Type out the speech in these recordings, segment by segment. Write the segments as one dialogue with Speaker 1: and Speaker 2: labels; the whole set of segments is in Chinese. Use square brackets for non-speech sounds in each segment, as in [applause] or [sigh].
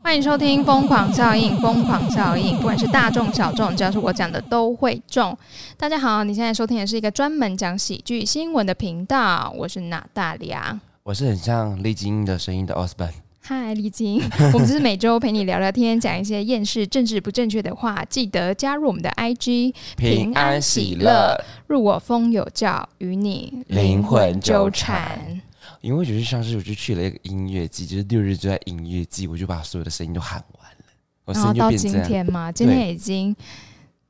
Speaker 1: 欢迎收听《疯狂效应》，疯狂效应，不管是大众小众，只要是我讲的都会中。大家好，你现在收听的是一个专门讲喜剧新闻的频道，我是娜大良。
Speaker 2: 我是很像丽晶的声音的 Osborn，
Speaker 1: 嗨，丽晶， [laughs] 我们就是每周陪你聊聊天，讲一些厌世、政治不正确的话。记得加入我们的 IG，平安喜乐，入我风有教，与你
Speaker 2: 灵魂纠缠。因为我觉得上次我就去了一个音乐季，就是六日就在音乐季，我就把所有的声音都喊完了，我
Speaker 1: 然
Speaker 2: 声
Speaker 1: 后
Speaker 2: 音就
Speaker 1: 哦到
Speaker 2: 变
Speaker 1: 今
Speaker 2: 这样。
Speaker 1: 天嘛，今天已经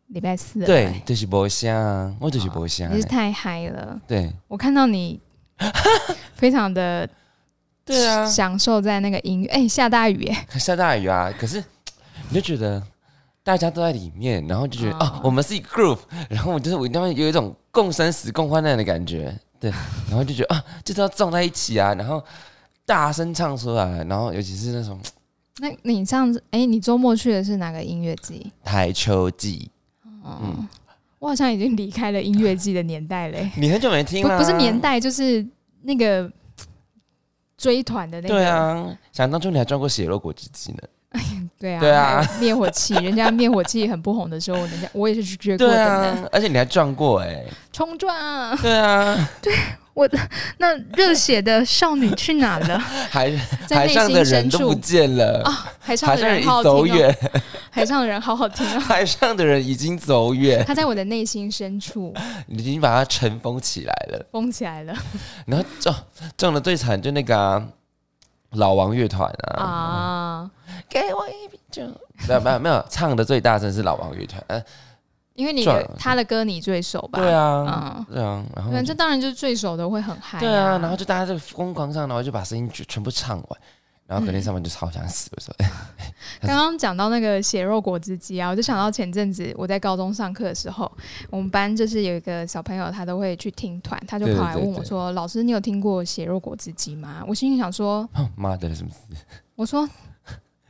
Speaker 1: 礼拜四了，
Speaker 2: 对，就是不像，我就是不像、欸
Speaker 1: 你是太嗨了。
Speaker 2: 对
Speaker 1: 我看到你 [laughs] 非常的
Speaker 2: [laughs] 对啊，
Speaker 1: 享受在那个音乐，哎、下大雨耶， [laughs]
Speaker 2: 下大雨啊，可是你就觉得大家都在里面，然后就觉得
Speaker 1: 哦
Speaker 2: 哦、我们是一个 group，然后我就是我一定要有一种共生死、共患难的感觉，对，然后就觉得啊，就是要撞在一起啊，然后大声唱出来，然后尤其是那种
Speaker 1: 那你上次，哎、你周末去的是哪个音乐季？
Speaker 2: 台球季，
Speaker 1: 哦、
Speaker 2: 嗯
Speaker 1: 我好像已经离开了音乐季的年代嘞、
Speaker 2: 你很久没听啊
Speaker 1: 不
Speaker 2: 了、
Speaker 1: 不是年。代，就是那个追团的那个，
Speaker 2: 对，啊，想当初你还赚过血肉果汁机呢。
Speaker 1: 对啊，
Speaker 2: 对啊
Speaker 1: 还有灭火
Speaker 2: [laughs]
Speaker 1: 器，人家灭火器很不红的时候，人家我也是去追过
Speaker 2: 对
Speaker 1: 的呢，
Speaker 2: 啊，而且你还撞过哎、
Speaker 1: 冲撞啊！
Speaker 2: 对 [laughs] 啊，
Speaker 1: 我 [laughs] 那热血的少女去哪了？
Speaker 2: 海
Speaker 1: [laughs] 在
Speaker 2: 海
Speaker 1: 内
Speaker 2: 上的
Speaker 1: 心深
Speaker 2: 人都不
Speaker 1: 处，
Speaker 2: 见了，
Speaker 1: 海上
Speaker 2: 海
Speaker 1: 的
Speaker 2: 上
Speaker 1: 人
Speaker 2: 已
Speaker 1: 好好
Speaker 2: 走
Speaker 1: 听、哦，
Speaker 2: 远，
Speaker 1: 海上的人好好听哦。
Speaker 2: 海上的人已经走远， [laughs]
Speaker 1: 他在我的内心深处 [laughs]
Speaker 2: 你已经把它尘封起来了。
Speaker 1: 封起来了
Speaker 2: 然后撞撞的最惨就那个啊、老王乐团啊，
Speaker 1: 啊！
Speaker 2: 给我一瓶酒。没有没有没有，唱的最大声是老王乐团。呃，
Speaker 1: 因为你
Speaker 2: 赚
Speaker 1: 的他的歌你最熟吧？
Speaker 2: 对，啊，
Speaker 1: 嗯，
Speaker 2: 对啊，然后
Speaker 1: 对，这当然就是最熟的会很嗨、
Speaker 2: 对啊，然后就大家就疯狂唱，然后就把声音全全部唱完，然后隔天上班就超想死。我说，
Speaker 1: 刚刚讲到那个血肉果汁机啊，我就想到前阵子我在高中上课的时候，我们班就是有一个小朋友，他都会去听团，他就
Speaker 2: 对对
Speaker 1: 跑来问
Speaker 2: 对
Speaker 1: 我
Speaker 2: 对
Speaker 1: 说：“老师，你有听过血肉果汁机吗？”我心里想说
Speaker 2: 哦妈的，什么事？：“
Speaker 1: 我说 [laughs]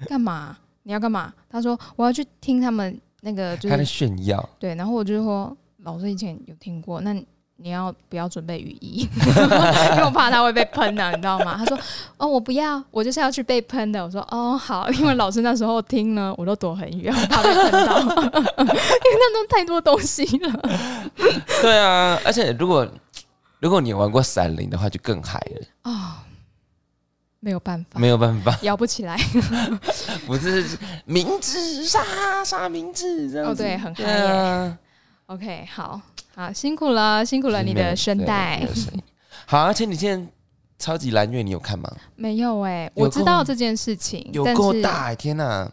Speaker 1: 干嘛？你要干嘛？”他说：“我要去听他们那个就
Speaker 2: 他
Speaker 1: 是
Speaker 2: 在炫耀。
Speaker 1: 对，然后我就说，老师以前有听过，那你要不要准备雨衣？ [laughs] 因为我怕他会被喷啊的、你知道吗？他说，哦，我不要，我就是要去被喷的。我说，哦，好，因为老师那时候听呢，我都躲很远，我怕被喷到，因为那都太多东西了。
Speaker 2: 对啊，而且如果如果你有玩过《闪灵》的话，就更嗨了，
Speaker 1: 哦，没有办法
Speaker 2: 没，有办
Speaker 1: [laughs]
Speaker 2: 法，
Speaker 1: 摇不起来。
Speaker 2: 不是明知杀杀明知这样
Speaker 1: 哦
Speaker 2: 子。
Speaker 1: 对很嗨耶
Speaker 2: 对啊，
Speaker 1: OK，好。好，辛苦了，辛苦了，你
Speaker 2: 就是没
Speaker 1: 的
Speaker 2: 有
Speaker 1: 声带
Speaker 2: 对没有声音好啊，前几天超级蓝月你有看吗？
Speaker 1: 没有哎、
Speaker 2: 有
Speaker 1: 我知
Speaker 2: 够
Speaker 1: 道这件事情，
Speaker 2: 有
Speaker 1: 但
Speaker 2: 够
Speaker 1: 是
Speaker 2: 大、欸，天哪、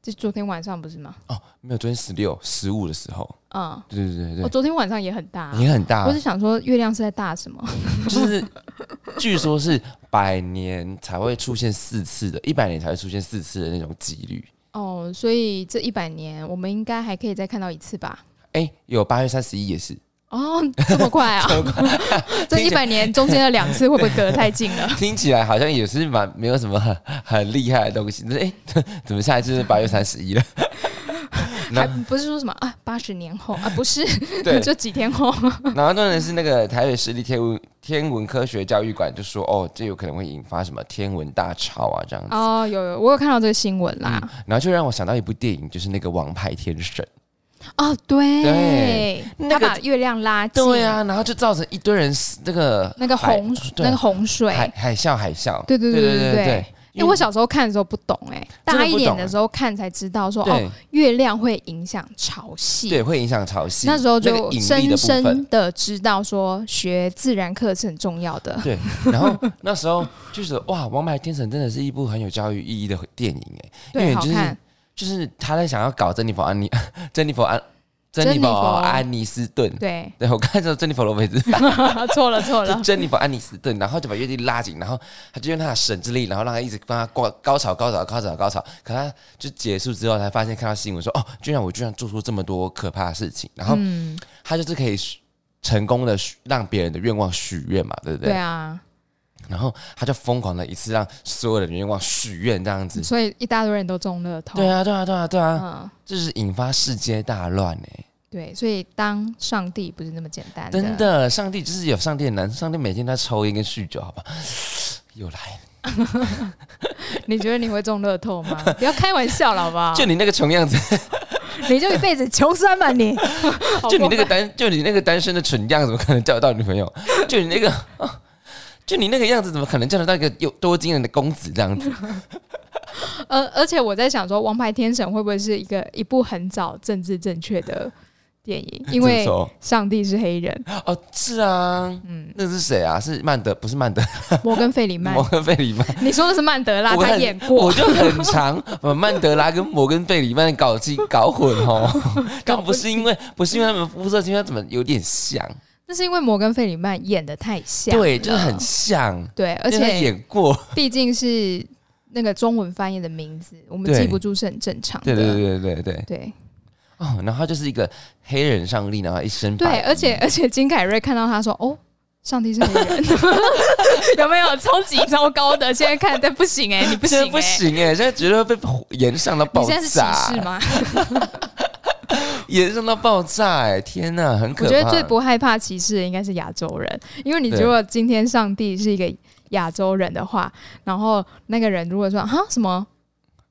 Speaker 1: 就昨天晚上不是吗？
Speaker 2: 哦，没有，昨天十六、十五的时候，
Speaker 1: 嗯，
Speaker 2: 对对对
Speaker 1: 我
Speaker 2: 对，
Speaker 1: 昨天晚上也很大啊、
Speaker 2: 也很大
Speaker 1: 我，是想说，月亮是在大什
Speaker 2: [laughs]
Speaker 1: 么？
Speaker 2: 就是据说是百年才会出现四次的，一百年才会出现四次的那种几率。
Speaker 1: 哦，所以这一百年，我们应该还可以再看到一次吧？
Speaker 2: 哎、有八月三十一也是， [laughs]
Speaker 1: 哦，这么快啊！ [laughs] 这一百年中间的两次会不会隔得太近了？
Speaker 2: 听起来好像也是蛮没有什么很很厉害的东西。哎、诶怎么下一次是八月三十一了？
Speaker 1: 还
Speaker 2: 那
Speaker 1: 不是说什么啊，八十年后啊，不是，， [laughs]
Speaker 2: 对
Speaker 1: 就几天
Speaker 2: [laughs]
Speaker 1: 后。
Speaker 2: 然后重点是那个台北市立天文天文科学教育馆就说，哦，这有可能会引发什么天文大潮啊这样子。
Speaker 1: 哦，有有，我有看到这个新闻啦。
Speaker 2: 然后就让我想到一部电影，就是那个《王牌天神》。
Speaker 1: 哦，对
Speaker 2: 对，
Speaker 1: 他
Speaker 2: 那个
Speaker 1: 把月亮拉近，
Speaker 2: 对，啊，然后就造成一堆人死那个
Speaker 1: 那个
Speaker 2: 海
Speaker 1: 洪
Speaker 2: 对
Speaker 1: 那个洪水，
Speaker 2: 海海啸海啸。
Speaker 1: 对对对对对
Speaker 2: 对
Speaker 1: 对。因为我小时候看的时候不懂，哎，大一点的时候看才知道说，哦，
Speaker 2: 对
Speaker 1: 月亮会影响潮汐。
Speaker 2: 对会影响潮汐，
Speaker 1: 那时候
Speaker 2: 那个
Speaker 1: 就
Speaker 2: 引力
Speaker 1: 深
Speaker 2: 的部分
Speaker 1: 深的知道说学自然课是很重要的。
Speaker 2: [laughs] 对，然后那时候就是哇，《王牌天神》真的是一部很有教育意义的电影哎，因
Speaker 1: 对，
Speaker 2: 为
Speaker 1: 好
Speaker 2: 就是
Speaker 1: 看。
Speaker 2: 就是他在想要搞珍妮佛安妮， [laughs] 珍妮佛安，珍妮
Speaker 1: Jennifer
Speaker 2: 佛安妮斯顿，，
Speaker 1: 对 [laughs]
Speaker 2: 对我看到珍妮佛罗贝兹，
Speaker 1: 错了错
Speaker 2: [laughs] 就
Speaker 1: 了。
Speaker 2: 珍妮佛安妮斯顿，然后就把月地拉紧，然后他就用他的神之力，然后让他一直帮他高高潮高潮高潮高潮，可他就结束之后才发现看到新闻说哦，居然我居然做出这么多可怕的事情，然后
Speaker 1: 嗯，
Speaker 2: 他就是可以成功的让别人的愿望许愿嘛，对不
Speaker 1: 对啊，
Speaker 2: 然后他就疯狂的一次让所有的愿望许愿这样子。
Speaker 1: 所以一大堆人都中乐透。
Speaker 2: 对啊，对啊，对啊，对啊，
Speaker 1: 嗯，
Speaker 2: 这是引发世界大乱哎、
Speaker 1: 对，所以当上帝不是那么简单的。
Speaker 2: [sighs] 真的，上帝就是有上帝的难，上帝每天在抽烟跟酗酒，好吧，又来了，
Speaker 1: 你觉得你会中乐透吗？ [laughs] 不要开玩笑了，好不好？
Speaker 2: 就你那个穷样子，
Speaker 1: [laughs] 你就一辈子穷酸吧
Speaker 2: [laughs]
Speaker 1: 你，好
Speaker 2: 就你那
Speaker 1: 过
Speaker 2: 个
Speaker 1: 分
Speaker 2: 单，就你那个单身的蠢样，怎么可能交得到女朋
Speaker 1: [laughs]
Speaker 2: 友？就你那个， [laughs] 啊就你那个样子，怎么可能交得到一个有多金人的公子这样子？
Speaker 1: 呃，而且我在想说，《王牌天神》会不会是一个一部很早政治正确的电影？因为
Speaker 2: 怎么
Speaker 1: 上帝是黑人，
Speaker 2: 说哦，是啊，
Speaker 1: 嗯，
Speaker 2: 那是谁啊？是曼德，不是曼德，
Speaker 1: 摩根费里曼
Speaker 2: 摩，根费里曼。
Speaker 1: [laughs] 你说的是曼德拉，
Speaker 2: 我
Speaker 1: 他
Speaker 2: 很
Speaker 1: 演过
Speaker 2: 我，就很常把曼德拉跟摩根费里曼搞清搞混
Speaker 1: [laughs]
Speaker 2: 哦。但不是因为不是因为他们肤色，是因为他怎么有点像？
Speaker 1: 那是因为摩根费里曼演的太像了，
Speaker 2: 对，就是很像，
Speaker 1: 对，而
Speaker 2: 因为他
Speaker 1: 且
Speaker 2: 演
Speaker 1: [laughs]
Speaker 2: 过。
Speaker 1: 毕竟是那个中文翻译的名字，我们
Speaker 2: 对
Speaker 1: 记不住是很正常的。
Speaker 2: 对对对对对对。
Speaker 1: 对
Speaker 2: 哦，然后他就是一个黑人上帝，然后一身
Speaker 1: 对
Speaker 2: 白衣
Speaker 1: 而且而且金凯瑞看到他说：“哦，上帝是黑
Speaker 2: [laughs]
Speaker 1: 人，有没有超级糟糕的？”现在看，但不行
Speaker 2: [laughs]
Speaker 1: 哎、你不行、
Speaker 2: 现
Speaker 1: 欸，
Speaker 2: 在不行哎、现在绝对会被延上到
Speaker 1: 你
Speaker 2: 爆
Speaker 1: 现在是歧视
Speaker 2: 炸，
Speaker 1: 吗？
Speaker 2: 延上到爆炸哎、天哪，很可
Speaker 1: 我
Speaker 2: 怕。
Speaker 1: 觉得最不害怕歧视的应该是亚洲人，因为你
Speaker 2: 对
Speaker 1: 如果今天上帝是一个亚洲人的话，然后那个人如果说哈什么，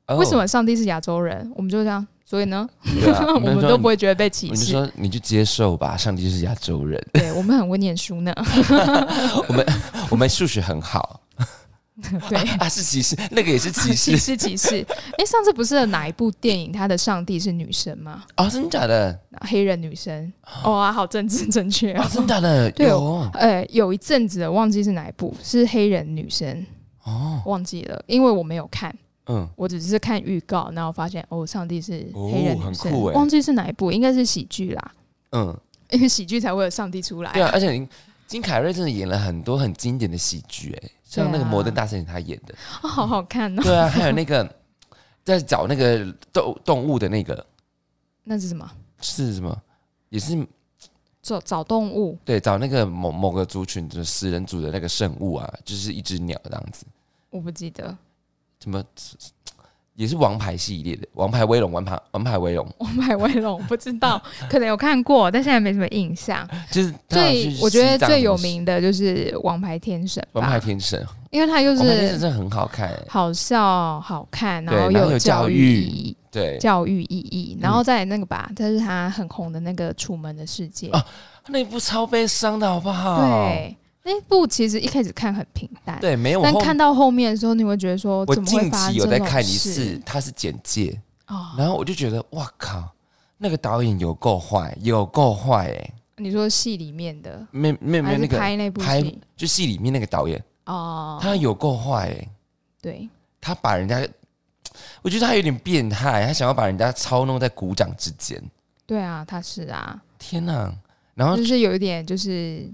Speaker 2: 哦
Speaker 1: 为什？么上帝是亚洲人，我们就这样，所以呢，
Speaker 2: 对
Speaker 1: [laughs]
Speaker 2: 啊
Speaker 1: 我们都不
Speaker 2: 会。
Speaker 1: 会觉得被
Speaker 2: 你
Speaker 1: 歧
Speaker 2: 就
Speaker 1: 视。
Speaker 2: 说你就接受吧，上帝就是亚洲人，
Speaker 1: 对我们很会念书呢， [laughs]
Speaker 2: 我们 [laughs] 数学很好
Speaker 1: 对。
Speaker 2: 啊，是歧视，那个也是 [laughs]
Speaker 1: [laughs]
Speaker 2: 歧
Speaker 1: 歧
Speaker 2: 视
Speaker 1: 视歧视！哎、上次不是有哪一部电影，它的上帝是女神吗？
Speaker 2: 哦，真的
Speaker 1: [laughs]
Speaker 2: 假的？
Speaker 1: 黑人女神，哇、啊，好政治正确 [laughs] 哦
Speaker 2: 哦，。真的假的？
Speaker 1: 对
Speaker 2: 有哦
Speaker 1: 呃，有一阵子了忘记是哪一部，是黑人女神，
Speaker 2: 哦，
Speaker 1: 忘记了，因为我没有看。
Speaker 2: 嗯，
Speaker 1: 我只是看预告，然后发现哦，上帝是黑人
Speaker 2: 哦很
Speaker 1: 女生，
Speaker 2: 酷欸
Speaker 1: 忘记是哪一部，应该是喜剧啦，
Speaker 2: 嗯，
Speaker 1: 因为喜剧才会有上帝出来、
Speaker 2: 对啊，而且林金凯瑞真的演了很多很经典的喜剧，哎，像那个
Speaker 1: 对
Speaker 2: 《
Speaker 1: 啊
Speaker 2: 摩登大圣》也是他演的，
Speaker 1: 哦 [laughs] 好好看哦。
Speaker 2: 对啊，还有那个 [laughs] 在找那个动动物的那个
Speaker 1: 那是什么？
Speaker 2: 是什么？也是
Speaker 1: 找找动物，
Speaker 2: 对，找那个某某个族群的食人族的那个圣物啊，就是一只鸟这样子，
Speaker 1: 我不记得。
Speaker 2: 什么也是王牌系列的，王牌威龙，王牌王牌威龙，
Speaker 1: 我买威龙，不知
Speaker 2: [laughs]
Speaker 1: 道，可能有看过，但现在没什么印象。
Speaker 2: 啊就是他好像
Speaker 1: 最
Speaker 2: 去
Speaker 1: 我觉
Speaker 2: 西
Speaker 1: 得
Speaker 2: 藏
Speaker 1: 最
Speaker 2: 什
Speaker 1: 有
Speaker 2: 么
Speaker 1: 名的就是《王牌天神》
Speaker 2: 王
Speaker 1: 吧
Speaker 2: 牌，天神，
Speaker 1: 因为它就
Speaker 2: 王牌天神
Speaker 1: 是
Speaker 2: 真的很好看、欸，
Speaker 1: 好笑、好看，
Speaker 2: 对
Speaker 1: 后
Speaker 2: 然后
Speaker 1: 又
Speaker 2: 有
Speaker 1: 有
Speaker 2: 教
Speaker 1: 教育
Speaker 2: 育
Speaker 1: 意义、
Speaker 2: 对，
Speaker 1: 教育意义，然
Speaker 2: 嗯
Speaker 1: 后再那个吧，这是它很红的那个《楚门的世界》
Speaker 2: 哦那一部超悲伤的好不好？
Speaker 1: 对，那一部其实一开始看很平淡，
Speaker 2: 对，没有
Speaker 1: 但
Speaker 2: 我后
Speaker 1: 看到后面的时候，你会觉得说，
Speaker 2: 我
Speaker 1: 怎么会
Speaker 2: 近
Speaker 1: 发生
Speaker 2: 期有
Speaker 1: 这
Speaker 2: 在
Speaker 1: 种
Speaker 2: 看一次
Speaker 1: 事，
Speaker 2: 它是简介，
Speaker 1: 哦，
Speaker 2: 然后我就觉得哇靠，那个导演有够坏，有够坏哎、
Speaker 1: 你说戏里面的，
Speaker 2: 没没有没
Speaker 1: 还
Speaker 2: 有
Speaker 1: 是
Speaker 2: 那个
Speaker 1: 拍那部
Speaker 2: 拍
Speaker 1: 戏
Speaker 2: 就戏里面那个导演，
Speaker 1: 哦，
Speaker 2: 他有够坏哎，
Speaker 1: 对，
Speaker 2: 他把人家，我觉得他有点变态，他想要把人家操弄在鼓掌之间，
Speaker 1: 对啊，他是啊，
Speaker 2: 天哪！然后
Speaker 1: 就是有一点就是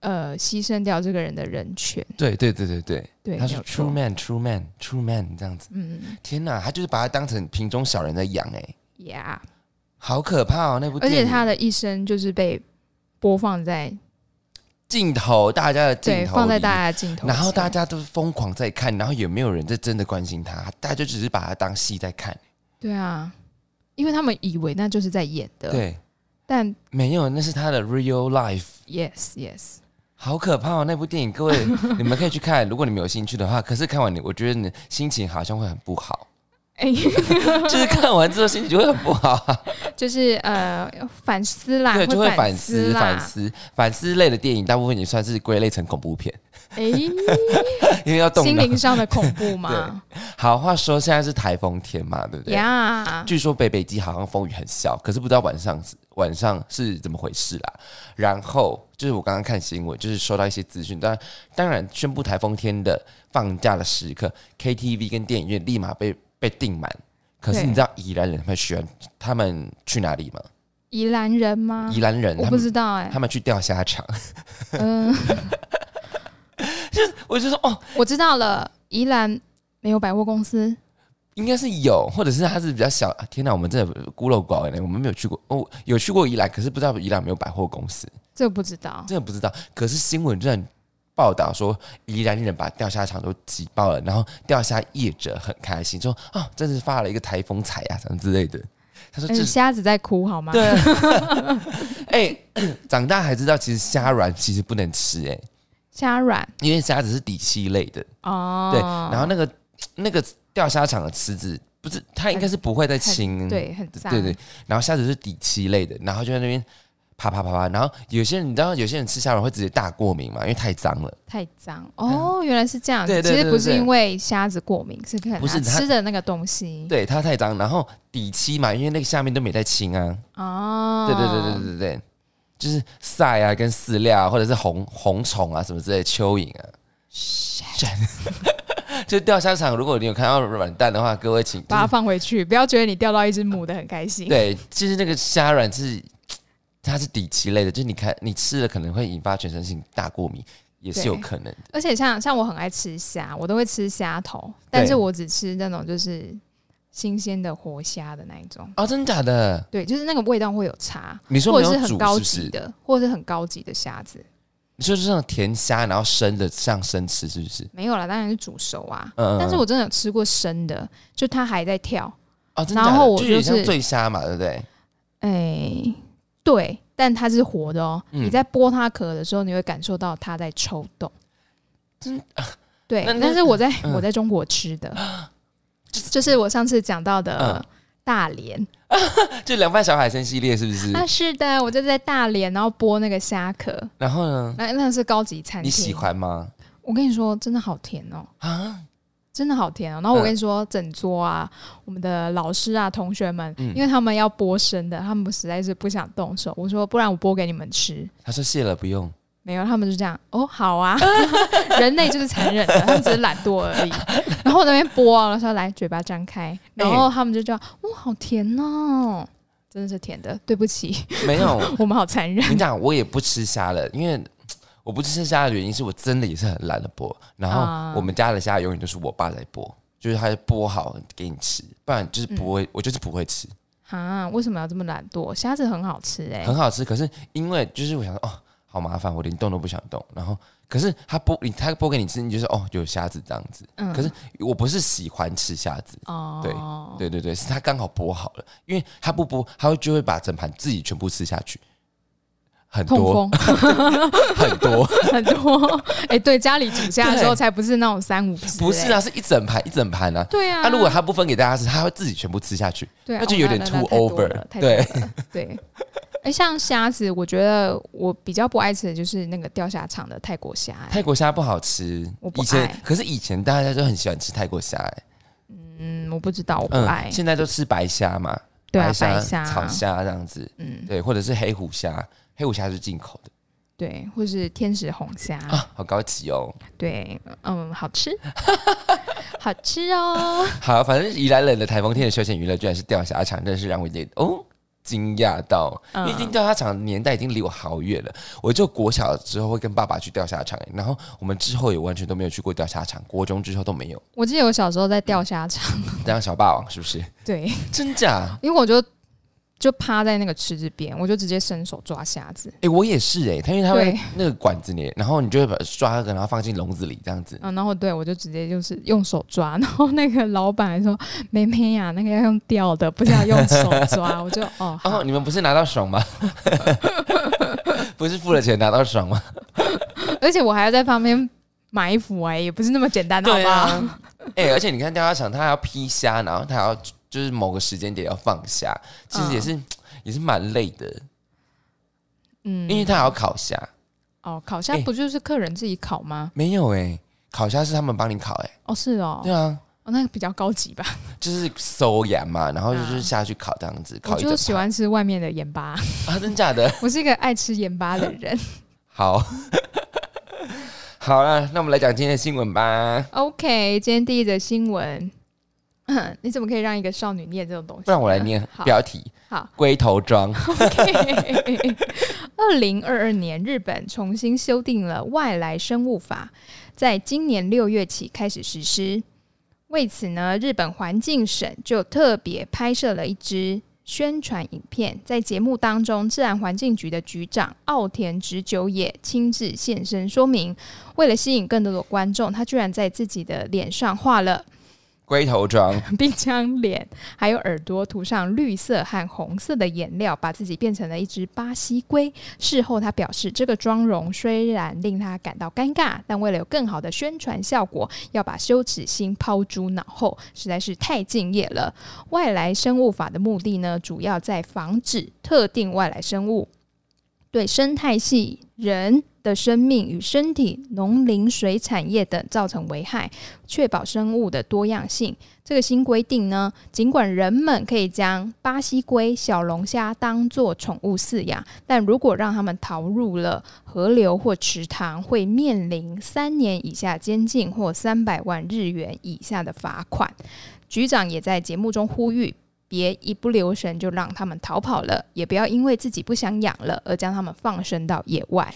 Speaker 1: 呃，牺牲掉这个人的人权，
Speaker 2: 对对对对对，
Speaker 1: 对，
Speaker 2: 他
Speaker 1: 没
Speaker 2: 是
Speaker 1: 有
Speaker 2: true
Speaker 1: 错，
Speaker 2: man true man true man 这样子，
Speaker 1: 嗯
Speaker 2: 天哪！他就是把他当成瓶中小人在养哎，
Speaker 1: ，Yeah，
Speaker 2: 好可怕哦那部
Speaker 1: 而
Speaker 2: 电影，
Speaker 1: 且他的一生就是被播放在
Speaker 2: 镜头大家的镜
Speaker 1: 对
Speaker 2: 头
Speaker 1: 放在
Speaker 2: 里
Speaker 1: 大家的镜头前，
Speaker 2: 然后大家都疯狂在看，然后也没有人在真的关心他，大家就只是把他当戏在看。
Speaker 1: 对啊，因为他们以为那就是在演的，
Speaker 2: 对，
Speaker 1: 但
Speaker 2: 没有，那是他的 real life，
Speaker 1: yes yes。
Speaker 2: 好可怕哦！那部电影，
Speaker 1: [laughs]
Speaker 2: 各位你们可以去看，如果你们有兴趣的话。可是看完你，我觉得你心情好像会很不好，
Speaker 1: 哎、 [laughs]
Speaker 2: 就是看完之后心情就会很不好啊、
Speaker 1: 就是呃反思啦，
Speaker 2: 对，就会
Speaker 1: 啊会
Speaker 2: 反
Speaker 1: 思
Speaker 2: 思、
Speaker 1: 啦，
Speaker 2: 反思、反思类的电影，大部分也算是归类成恐怖片，
Speaker 1: 哎、
Speaker 2: 因为要动
Speaker 1: 心
Speaker 2: 脑。
Speaker 1: 灵上的恐怖嘛，
Speaker 2: 好，话说现在是台风天嘛， [laughs] 对不对？
Speaker 1: 呀，
Speaker 2: 据说北北基好像风雨很小，可是不知道晚上是晚上是怎么回事啦。然后就是我刚刚看新闻，就是收到一些资讯，当然当然宣布台风天的放假的时刻，KTV 跟电影院立马被被订满。可是
Speaker 1: 对
Speaker 2: 你知道宜兰人他们喜欢他们去哪里吗？
Speaker 1: 宜兰人吗？
Speaker 2: 宜兰人
Speaker 1: 嗯我
Speaker 2: 他
Speaker 1: 不
Speaker 2: 们
Speaker 1: 知道哎、
Speaker 2: 他们去钓虾场， [laughs]
Speaker 1: 嗯、
Speaker 2: 我就说哦，
Speaker 1: [laughs] 我知道了，宜兰没有百货公司，
Speaker 2: 应该是有，或者是他是比较小。啊天哪，我们真的孤陋寡闻呢，我们没有去过哦，有去过宜兰，可是不知道宜兰有没有百货公司。
Speaker 1: 这不知道，
Speaker 2: 真的不知道。可是新闻居然报道说，宜兰人把钓虾场都挤爆了，然后钓虾业者很开心，说啊，真是发了一个台风财啊，什么之类的。他说
Speaker 1: 但
Speaker 2: 这
Speaker 1: 是
Speaker 2: 是
Speaker 1: 瞎哎子在哭好吗？
Speaker 2: 对、 [laughs] 啊，哎、长大还知道，其实虾卵其实不能吃、哎，
Speaker 1: 虾软
Speaker 2: 因为虾子是底栖类的，
Speaker 1: 哦，
Speaker 2: 对，然后那个那个钓虾场的池子不是它应该是不会再清，
Speaker 1: 对很脏，
Speaker 2: 对对，然后虾子是底栖类的，然后就在那边啪啪啪啪，然后有些人你知道有些人吃虾软会直接大过敏嘛，因为太脏了，
Speaker 1: 太脏哦，原来是这样。
Speaker 2: 嗯对对
Speaker 1: 其实不是
Speaker 2: 对对
Speaker 1: 因为虾子过敏，是可能
Speaker 2: 不是
Speaker 1: 它
Speaker 2: 它
Speaker 1: 吃的那个东西。
Speaker 2: 对，它太脏，然后底栖嘛，因为那个下面都没在清啊，
Speaker 1: 哦，
Speaker 2: 对对对对对对，就是晒啊跟饲料啊，或者是红红虫啊什么之类的蚯蚓啊。就钓虾场，如果你有看到软蛋的话，各位请就是
Speaker 1: 把它放回去，不要觉得你钓到一只母的很开心。
Speaker 2: 对，其实那个虾软是它是底栖类的，就是你看你吃了可能会引发全身性大过敏，也是有可能的。
Speaker 1: 而且像像我很爱吃虾，我都会吃虾头，但是我只吃那种就是新鲜的活虾的那一种。
Speaker 2: 哦，真的假的？
Speaker 1: 对，就是那个味道会有差，
Speaker 2: 你说
Speaker 1: 或
Speaker 2: 没
Speaker 1: 者
Speaker 2: 有
Speaker 1: 是
Speaker 2: 煮
Speaker 1: 很高
Speaker 2: 是不
Speaker 1: 级
Speaker 2: 是？
Speaker 1: 的，或者是很高级的虾子，
Speaker 2: 你说就是那种甜虾，然后生的像生吃，是不是？
Speaker 1: 没有啦，当然是煮熟啊。
Speaker 2: 嗯嗯嗯
Speaker 1: 但是我真的有吃过生的，就它还在跳，
Speaker 2: 哦，真的假的
Speaker 1: 然后我
Speaker 2: 就有点
Speaker 1: 就是
Speaker 2: 像醉虾嘛，对不对？
Speaker 1: 哎、对，但它是活的哦。
Speaker 2: 嗯
Speaker 1: 你在剥它壳的时候，你会感受到它在抽动。
Speaker 2: 真
Speaker 1: 对
Speaker 2: 那，那
Speaker 1: 但是我在、
Speaker 2: 嗯
Speaker 1: 我在中国吃
Speaker 2: [gasps]
Speaker 1: 的，就是我上次讲到的
Speaker 2: 嗯
Speaker 1: 大连、
Speaker 2: 就凉拌小海参系列，是不是？
Speaker 1: 啊，是的，我就在大连，然后剥那个虾壳，
Speaker 2: 然后呢？
Speaker 1: 那那是高级餐厅。
Speaker 2: 你喜？欢吗？
Speaker 1: 我跟你说，真的好甜哦。
Speaker 2: 啊，
Speaker 1: 真的好甜哦！然后我
Speaker 2: 嗯
Speaker 1: 跟你说，整桌啊，我们的老师啊、同学们，
Speaker 2: 嗯
Speaker 1: 因为他们要剥生的，他们实在是不想动手。我说，不然我剥给你们吃。
Speaker 2: 他说谢了，不用。
Speaker 1: 没有，他们就这样哦，好
Speaker 2: [laughs]
Speaker 1: 啊，人类就是残忍的，他们只是懒惰而已。然后我那边剥啊，然后说来嘴巴张开，
Speaker 2: 嗯
Speaker 1: 然后他们就叫哇、好甜哦，真的是甜的，对不起， [laughs]
Speaker 2: 没有，
Speaker 1: 我们好残忍
Speaker 2: 我。跟你讲，我也不吃虾了，因为嘖我不吃虾的原因是我真的也是很懒得剥。然
Speaker 1: 啊
Speaker 2: 后我们家的虾永远都是我爸在剥，就是他剥好给你吃，不然就是不
Speaker 1: 嗯
Speaker 2: 会，我就是不会吃。
Speaker 1: 啊，为什么要这么懒惰？虾子很好吃哎、
Speaker 2: 很好吃，可是因为就是我想说，哦，好麻烦，我连动都不想动。然后可是他剥你，他剥给你吃，你就是哦有虾子这样子。
Speaker 1: 嗯
Speaker 2: 可是我不是喜欢吃虾子。
Speaker 1: 哦，
Speaker 2: 对对对，是他刚好剥好了，因为他不剥，他会就会把整盘自己全部吃下去，很
Speaker 1: 痛
Speaker 2: 多
Speaker 1: 风 [laughs]
Speaker 2: 很多，
Speaker 1: 很多哎、对，家里煮虾的时候
Speaker 2: 对
Speaker 1: 才不是那种三五只、
Speaker 2: 不是
Speaker 1: 哎
Speaker 2: 啊，是一整盘一整盘啊。
Speaker 1: 对啊，
Speaker 2: 他、如果他不分给大家吃，他会自己全部吃下去。
Speaker 1: 对啊，
Speaker 2: 那就
Speaker 1: 哦
Speaker 2: 有点
Speaker 1: 那
Speaker 2: too
Speaker 1: 太多
Speaker 2: over，
Speaker 1: 了太多
Speaker 2: 对
Speaker 1: 了对。哎，像虾子，我觉得我比较不爱吃的就是那个钓虾场的泰国虾、哎
Speaker 2: 泰国虾不好吃
Speaker 1: 我，不
Speaker 2: 以
Speaker 1: 爱
Speaker 2: 前可是以前大家都很喜欢吃泰国虾、欸，
Speaker 1: 嗯，我不知道，我不爱。
Speaker 2: 现在都吃白虾嘛，
Speaker 1: 对啊，
Speaker 2: 虾、
Speaker 1: 白虾、
Speaker 2: 草虾这样子，
Speaker 1: 嗯，
Speaker 2: 对，或者是黑虎虾，黑虎虾是进口的
Speaker 1: 对，或是天使红虾，
Speaker 2: 啊，好高级哦。
Speaker 1: 对，嗯，好吃， [laughs] 好吃哦。
Speaker 2: 好，反正宜兰人的台风天的休闲娱乐居然是钓虾场，真的是让我有点哦惊讶到，因
Speaker 1: 嗯
Speaker 2: 为钓虾场的年代已经离我好远了。我就国小之后会跟爸爸去钓虾场，欸然后我们之后也完全都没有去过钓虾场，国中之后都没有。
Speaker 1: 我记得我小时候在钓虾场，
Speaker 2: 当小霸王是不是？
Speaker 1: 对，
Speaker 2: 真假？
Speaker 1: 因为我就就趴在那个池子边，我就直接伸手抓虾子，
Speaker 2: 哎、我也是哎、他因为他会
Speaker 1: 对
Speaker 2: 那个管子里，然后你就会把抓那个，然后放进笼子里这样子。
Speaker 1: 嗯，然后对我就直接就是用手抓， [laughs] 然后那个老板还说：“妹妹呀、那个要用吊的，不是要用手抓。” [laughs] 我就哦，好
Speaker 2: 哦，你们不是拿到
Speaker 1: [laughs]
Speaker 2: 爽吗？不是付了钱拿到
Speaker 1: [laughs]
Speaker 2: 爽吗？
Speaker 1: 而且我还要在旁边埋伏哎、也不是那么简单，好不好？ [laughs]
Speaker 2: 啊，哎、而且你看钓虾场，他还要劈虾，然后他还要就是某个时间点要放虾，其实也是、也是蛮累的，
Speaker 1: 嗯，
Speaker 2: 因为他还要烤虾。
Speaker 1: 哦，烤虾
Speaker 2: 哎
Speaker 1: 不就是客人自己烤吗？
Speaker 2: 没有哎、烤虾是他们帮你烤哎、
Speaker 1: 哦，是哦，
Speaker 2: 对啊，
Speaker 1: 哦那个比较高级吧。
Speaker 2: 就是收盐嘛，然后就
Speaker 1: 啊
Speaker 2: 是下去烤这样子，
Speaker 1: 我
Speaker 2: 烤一
Speaker 1: 就
Speaker 2: 整
Speaker 1: 喜
Speaker 2: 盘
Speaker 1: 欢吃外面的盐巴， [laughs]
Speaker 2: [laughs] 啊，真假的？
Speaker 1: 我是一个爱吃盐巴的人。
Speaker 2: 好， [laughs] 好了，那我们来讲今天的新闻吧。
Speaker 1: OK，今天第一则新闻， [coughs] 你怎么可以让一个少女念这种东西？
Speaker 2: 不然我来念
Speaker 1: 好
Speaker 2: 标题：
Speaker 1: 好。
Speaker 2: 龟头装。
Speaker 1: [laughs] 二零二二年，日本重新修订了外来生物法，在今年六月起开始实施。为此呢，日本环境省就特别拍摄了一支宣传影片，在节目当中，自然环境局的局长奥田直久也亲自现身说明。为了吸引更多的观众，他居然在自己的脸上画了
Speaker 2: 龟头妆，
Speaker 1: 并将脸还有耳朵涂上绿色和红色的颜料，把自己变成了一只巴西龟。事后，他表示，这个妆容虽然令他感到尴尬，但为了有更好的宣传效果，要把羞耻心抛诸脑后，实在是太敬业了。外来生物法的目的呢，主要在防止特定外来生物对生态系、人的生命与身体、农林水产业等造成危害，确保生物的多样性。这个新规定呢，尽管人们可以将巴西龟、小龙虾当作宠物饲养，但如果让它们逃入了河流或池塘，会面临三年以下监禁或三百万日元以下的罚款。局长也在节目中呼吁。别一不留神就让它们逃跑了，也不要因为自己不想养了而将它们放生到野外。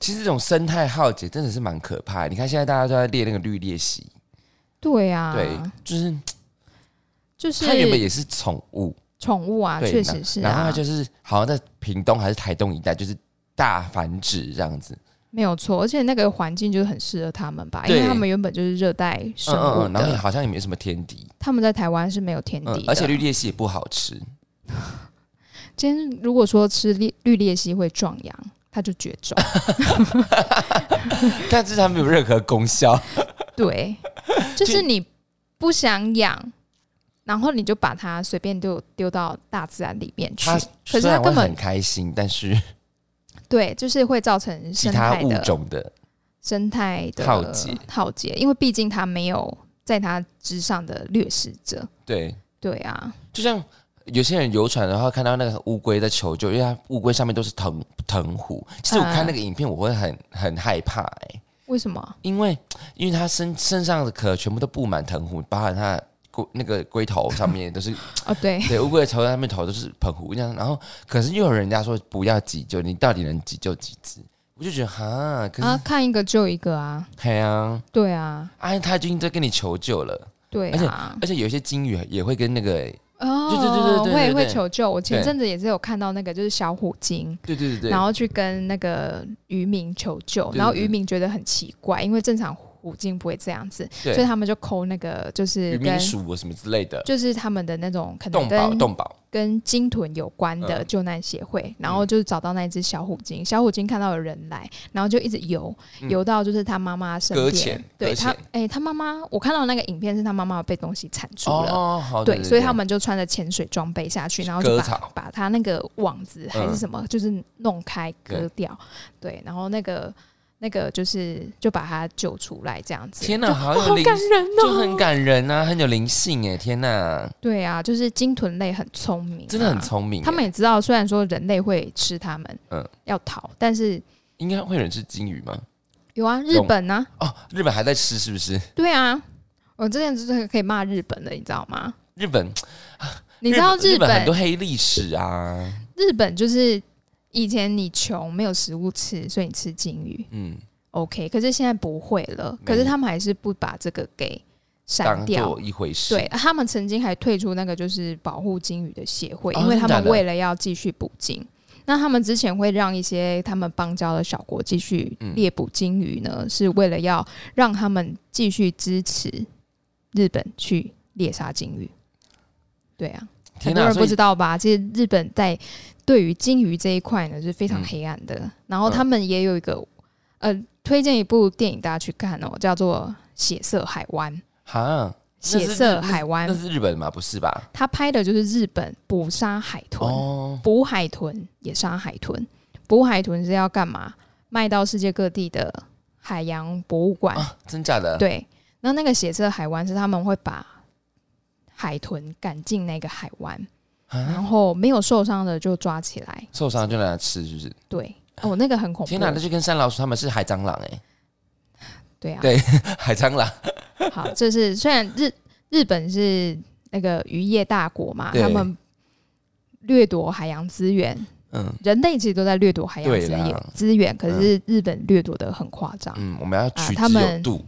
Speaker 2: 其实这种生态浩劫真的是蛮可怕的。你看现在大家都在列那个绿鬣蜥，
Speaker 1: 对啊，
Speaker 2: 对，就是
Speaker 1: 就是
Speaker 2: 它原本也是宠物，
Speaker 1: 宠物啊，
Speaker 2: 对
Speaker 1: 确实是、啊。
Speaker 2: 然后它就是好像在屏东还是台东一带，就是大繁殖这样子。
Speaker 1: 没有错，而且那个环境就是很适合他们吧，因
Speaker 2: 对
Speaker 1: 为他们原本就是热带生
Speaker 2: 嗯嗯
Speaker 1: 物
Speaker 2: 嗯，然
Speaker 1: 的，
Speaker 2: 后也好像也没什么天敌，
Speaker 1: 他们在台湾是没有天敌、
Speaker 2: 嗯
Speaker 1: 的。，
Speaker 2: 而且绿鬣蜥也不好吃。
Speaker 1: 今天如果说吃绿绿鬣蜥会壮阳，它就绝
Speaker 2: [laughs]
Speaker 1: 种。
Speaker 2: 但是它没有任何功效。
Speaker 1: 对，就是
Speaker 2: 就
Speaker 1: 你不想养，然后你就把它随便丢丢到大自然里面去
Speaker 2: 它。
Speaker 1: 可是
Speaker 2: 虽
Speaker 1: 它
Speaker 2: 然会
Speaker 1: 根本
Speaker 2: 很开心，但是
Speaker 1: 对，就是会造成
Speaker 2: 其
Speaker 1: 生
Speaker 2: 他
Speaker 1: 态
Speaker 2: 物
Speaker 1: 的
Speaker 2: 种的
Speaker 1: 生态的
Speaker 2: 浩劫
Speaker 1: 浩劫，因为毕竟它没有在它之上的掠食者。
Speaker 2: 对，
Speaker 1: 对啊，
Speaker 2: 就像有些人游船的话，看到那个乌龟在求救，因为它乌龟上面都是藤藤壶。其实我看那个影片，我会很很害怕哎、
Speaker 1: 为什么？
Speaker 2: 因为因为它身身上的壳全部都布满藤壶，包含它的龟那个龟头上面都是，
Speaker 1: 哦，对
Speaker 2: [laughs] 对乌龟的头上面头都是澎湖这样，然后可是又有人家说不要急救，你到底能急救几只？我就觉得哈，可
Speaker 1: 啊，
Speaker 2: 是
Speaker 1: 看一个就一个啊，
Speaker 2: 嘿啊，
Speaker 1: 对啊，
Speaker 2: 哎、他已经在跟你求救了，
Speaker 1: 对啊，
Speaker 2: 而且有一些金鱼也会跟那个，
Speaker 1: 哦，
Speaker 2: 对对对对对对
Speaker 1: 会会
Speaker 2: 对
Speaker 1: 求救。我前
Speaker 2: 对
Speaker 1: 阵子也是有看到那个，就是小虎鲸。
Speaker 2: 对对对对，
Speaker 1: 然后去跟那个渔民求救，
Speaker 2: 对对
Speaker 1: 然后渔民觉得很奇怪，因为正常虎鲸不会这样子，
Speaker 2: 对
Speaker 1: 所以他们就抠那个就是
Speaker 2: 渔
Speaker 1: 跟
Speaker 2: 民署啊什么之类的，
Speaker 1: 就是他们的那种可能
Speaker 2: 动保
Speaker 1: 跟
Speaker 2: 动保，
Speaker 1: 跟鲸豚有关的
Speaker 2: 嗯
Speaker 1: 救难协会，然后就找到那只小虎鲸，小虎鲸看到有人来，然后就一直游、
Speaker 2: 嗯
Speaker 1: 游到就是他妈妈身
Speaker 2: 搁
Speaker 1: 边
Speaker 2: 浅，
Speaker 1: 对
Speaker 2: 搁
Speaker 1: 他
Speaker 2: 浅
Speaker 1: 哎、他妈妈，我看到那个影片是他妈妈被东西缠住了。
Speaker 2: 哦，好，
Speaker 1: 对，
Speaker 2: 对，
Speaker 1: 所以
Speaker 2: 对
Speaker 1: 他们就穿着潜水装备下去，然后就
Speaker 2: 割
Speaker 1: 把
Speaker 2: 草
Speaker 1: 把他那个网子还是
Speaker 2: 嗯
Speaker 1: 什么，就是弄开割掉。对，然后那个那个就是就把他救出来这样子。
Speaker 2: 天哪，
Speaker 1: 就
Speaker 2: 好
Speaker 1: 哦
Speaker 2: 有
Speaker 1: 好
Speaker 2: 灵，
Speaker 1: 感人
Speaker 2: 就很
Speaker 1: 哦！
Speaker 2: 感人啊，很有灵性哎，天哪，
Speaker 1: 对啊，就是鲸豚类很聪明啊、
Speaker 2: 真的很聪明耶，欸
Speaker 1: 他们也知道，虽然说人类会吃它们，嗯
Speaker 2: 嗯，
Speaker 1: 要逃，但是
Speaker 2: 应该会有人吃金鱼吗？
Speaker 1: 有啊，日本呢、
Speaker 2: 哦，日本还在吃是不是？
Speaker 1: 对啊，我之前就是可以骂日本的，你知道吗？
Speaker 2: 日本，
Speaker 1: 你知道
Speaker 2: 日本很
Speaker 1: 本
Speaker 2: 多黑历史啊，
Speaker 1: 日本就是以前你穷没有食物吃，所以你吃金鱼
Speaker 2: 嗯，
Speaker 1: ，OK。可是现在不会了，
Speaker 2: 没
Speaker 1: 可是他们还是不把这个给删
Speaker 2: 当
Speaker 1: 掉
Speaker 2: 做。一回事，
Speaker 1: 对，他们曾经还退出那个就是保护金鱼的协会，
Speaker 2: 哦
Speaker 1: 因为他
Speaker 2: 真的
Speaker 1: 们
Speaker 2: 假的
Speaker 1: 为了要继续捕鲸。那他们之前会让一些他们邦交的小国继续
Speaker 2: 嗯
Speaker 1: 猎捕鲸鱼呢，是为了要让他们继续支持日本去猎杀鲸鱼。对啊，很
Speaker 2: 天
Speaker 1: 多
Speaker 2: 哪，
Speaker 1: 人
Speaker 2: 所
Speaker 1: 不
Speaker 2: 以
Speaker 1: 知道吧？其实日本在对于鲸鱼这一块呢是非常
Speaker 2: 嗯
Speaker 1: 黑暗的，然后他们也有一个呃，推荐一部电影大家去看哦，叫做《血色海湾》。
Speaker 2: 哈，那
Speaker 1: 血
Speaker 2: 是
Speaker 1: 色海湾
Speaker 2: 那，是日本吗？不是吧？
Speaker 1: 他拍的就是日本捕杀海豚，
Speaker 2: 哦，
Speaker 1: 捕海豚也杀海豚。捕海豚是要干嘛？卖到世界各地的海洋博物馆。
Speaker 2: 啊，真假的？
Speaker 1: 对，那那个血色海湾是他们会把海豚赶进那个海湾，然
Speaker 2: 啊，
Speaker 1: 后没有受伤的就抓起来。
Speaker 2: 受伤就拿来吃是不是？
Speaker 1: 对，哦，那个很恐怖。
Speaker 2: 天哪，那就跟山老鼠他们是海蟑螂哎，
Speaker 1: 对啊，
Speaker 2: 对 [laughs] 海蟑螂，
Speaker 1: 好，这是虽然日日本是那个渔业大国嘛，
Speaker 2: 对
Speaker 1: 他们掠夺海洋资源，
Speaker 2: 嗯
Speaker 1: 人类其实都在掠夺海洋
Speaker 2: 对
Speaker 1: 资
Speaker 2: 啦
Speaker 1: 源资源，可是日本掠夺的很夸张，
Speaker 2: 嗯，我们要
Speaker 1: 啊
Speaker 2: 取
Speaker 1: 他
Speaker 2: 之有
Speaker 1: 们
Speaker 2: 度，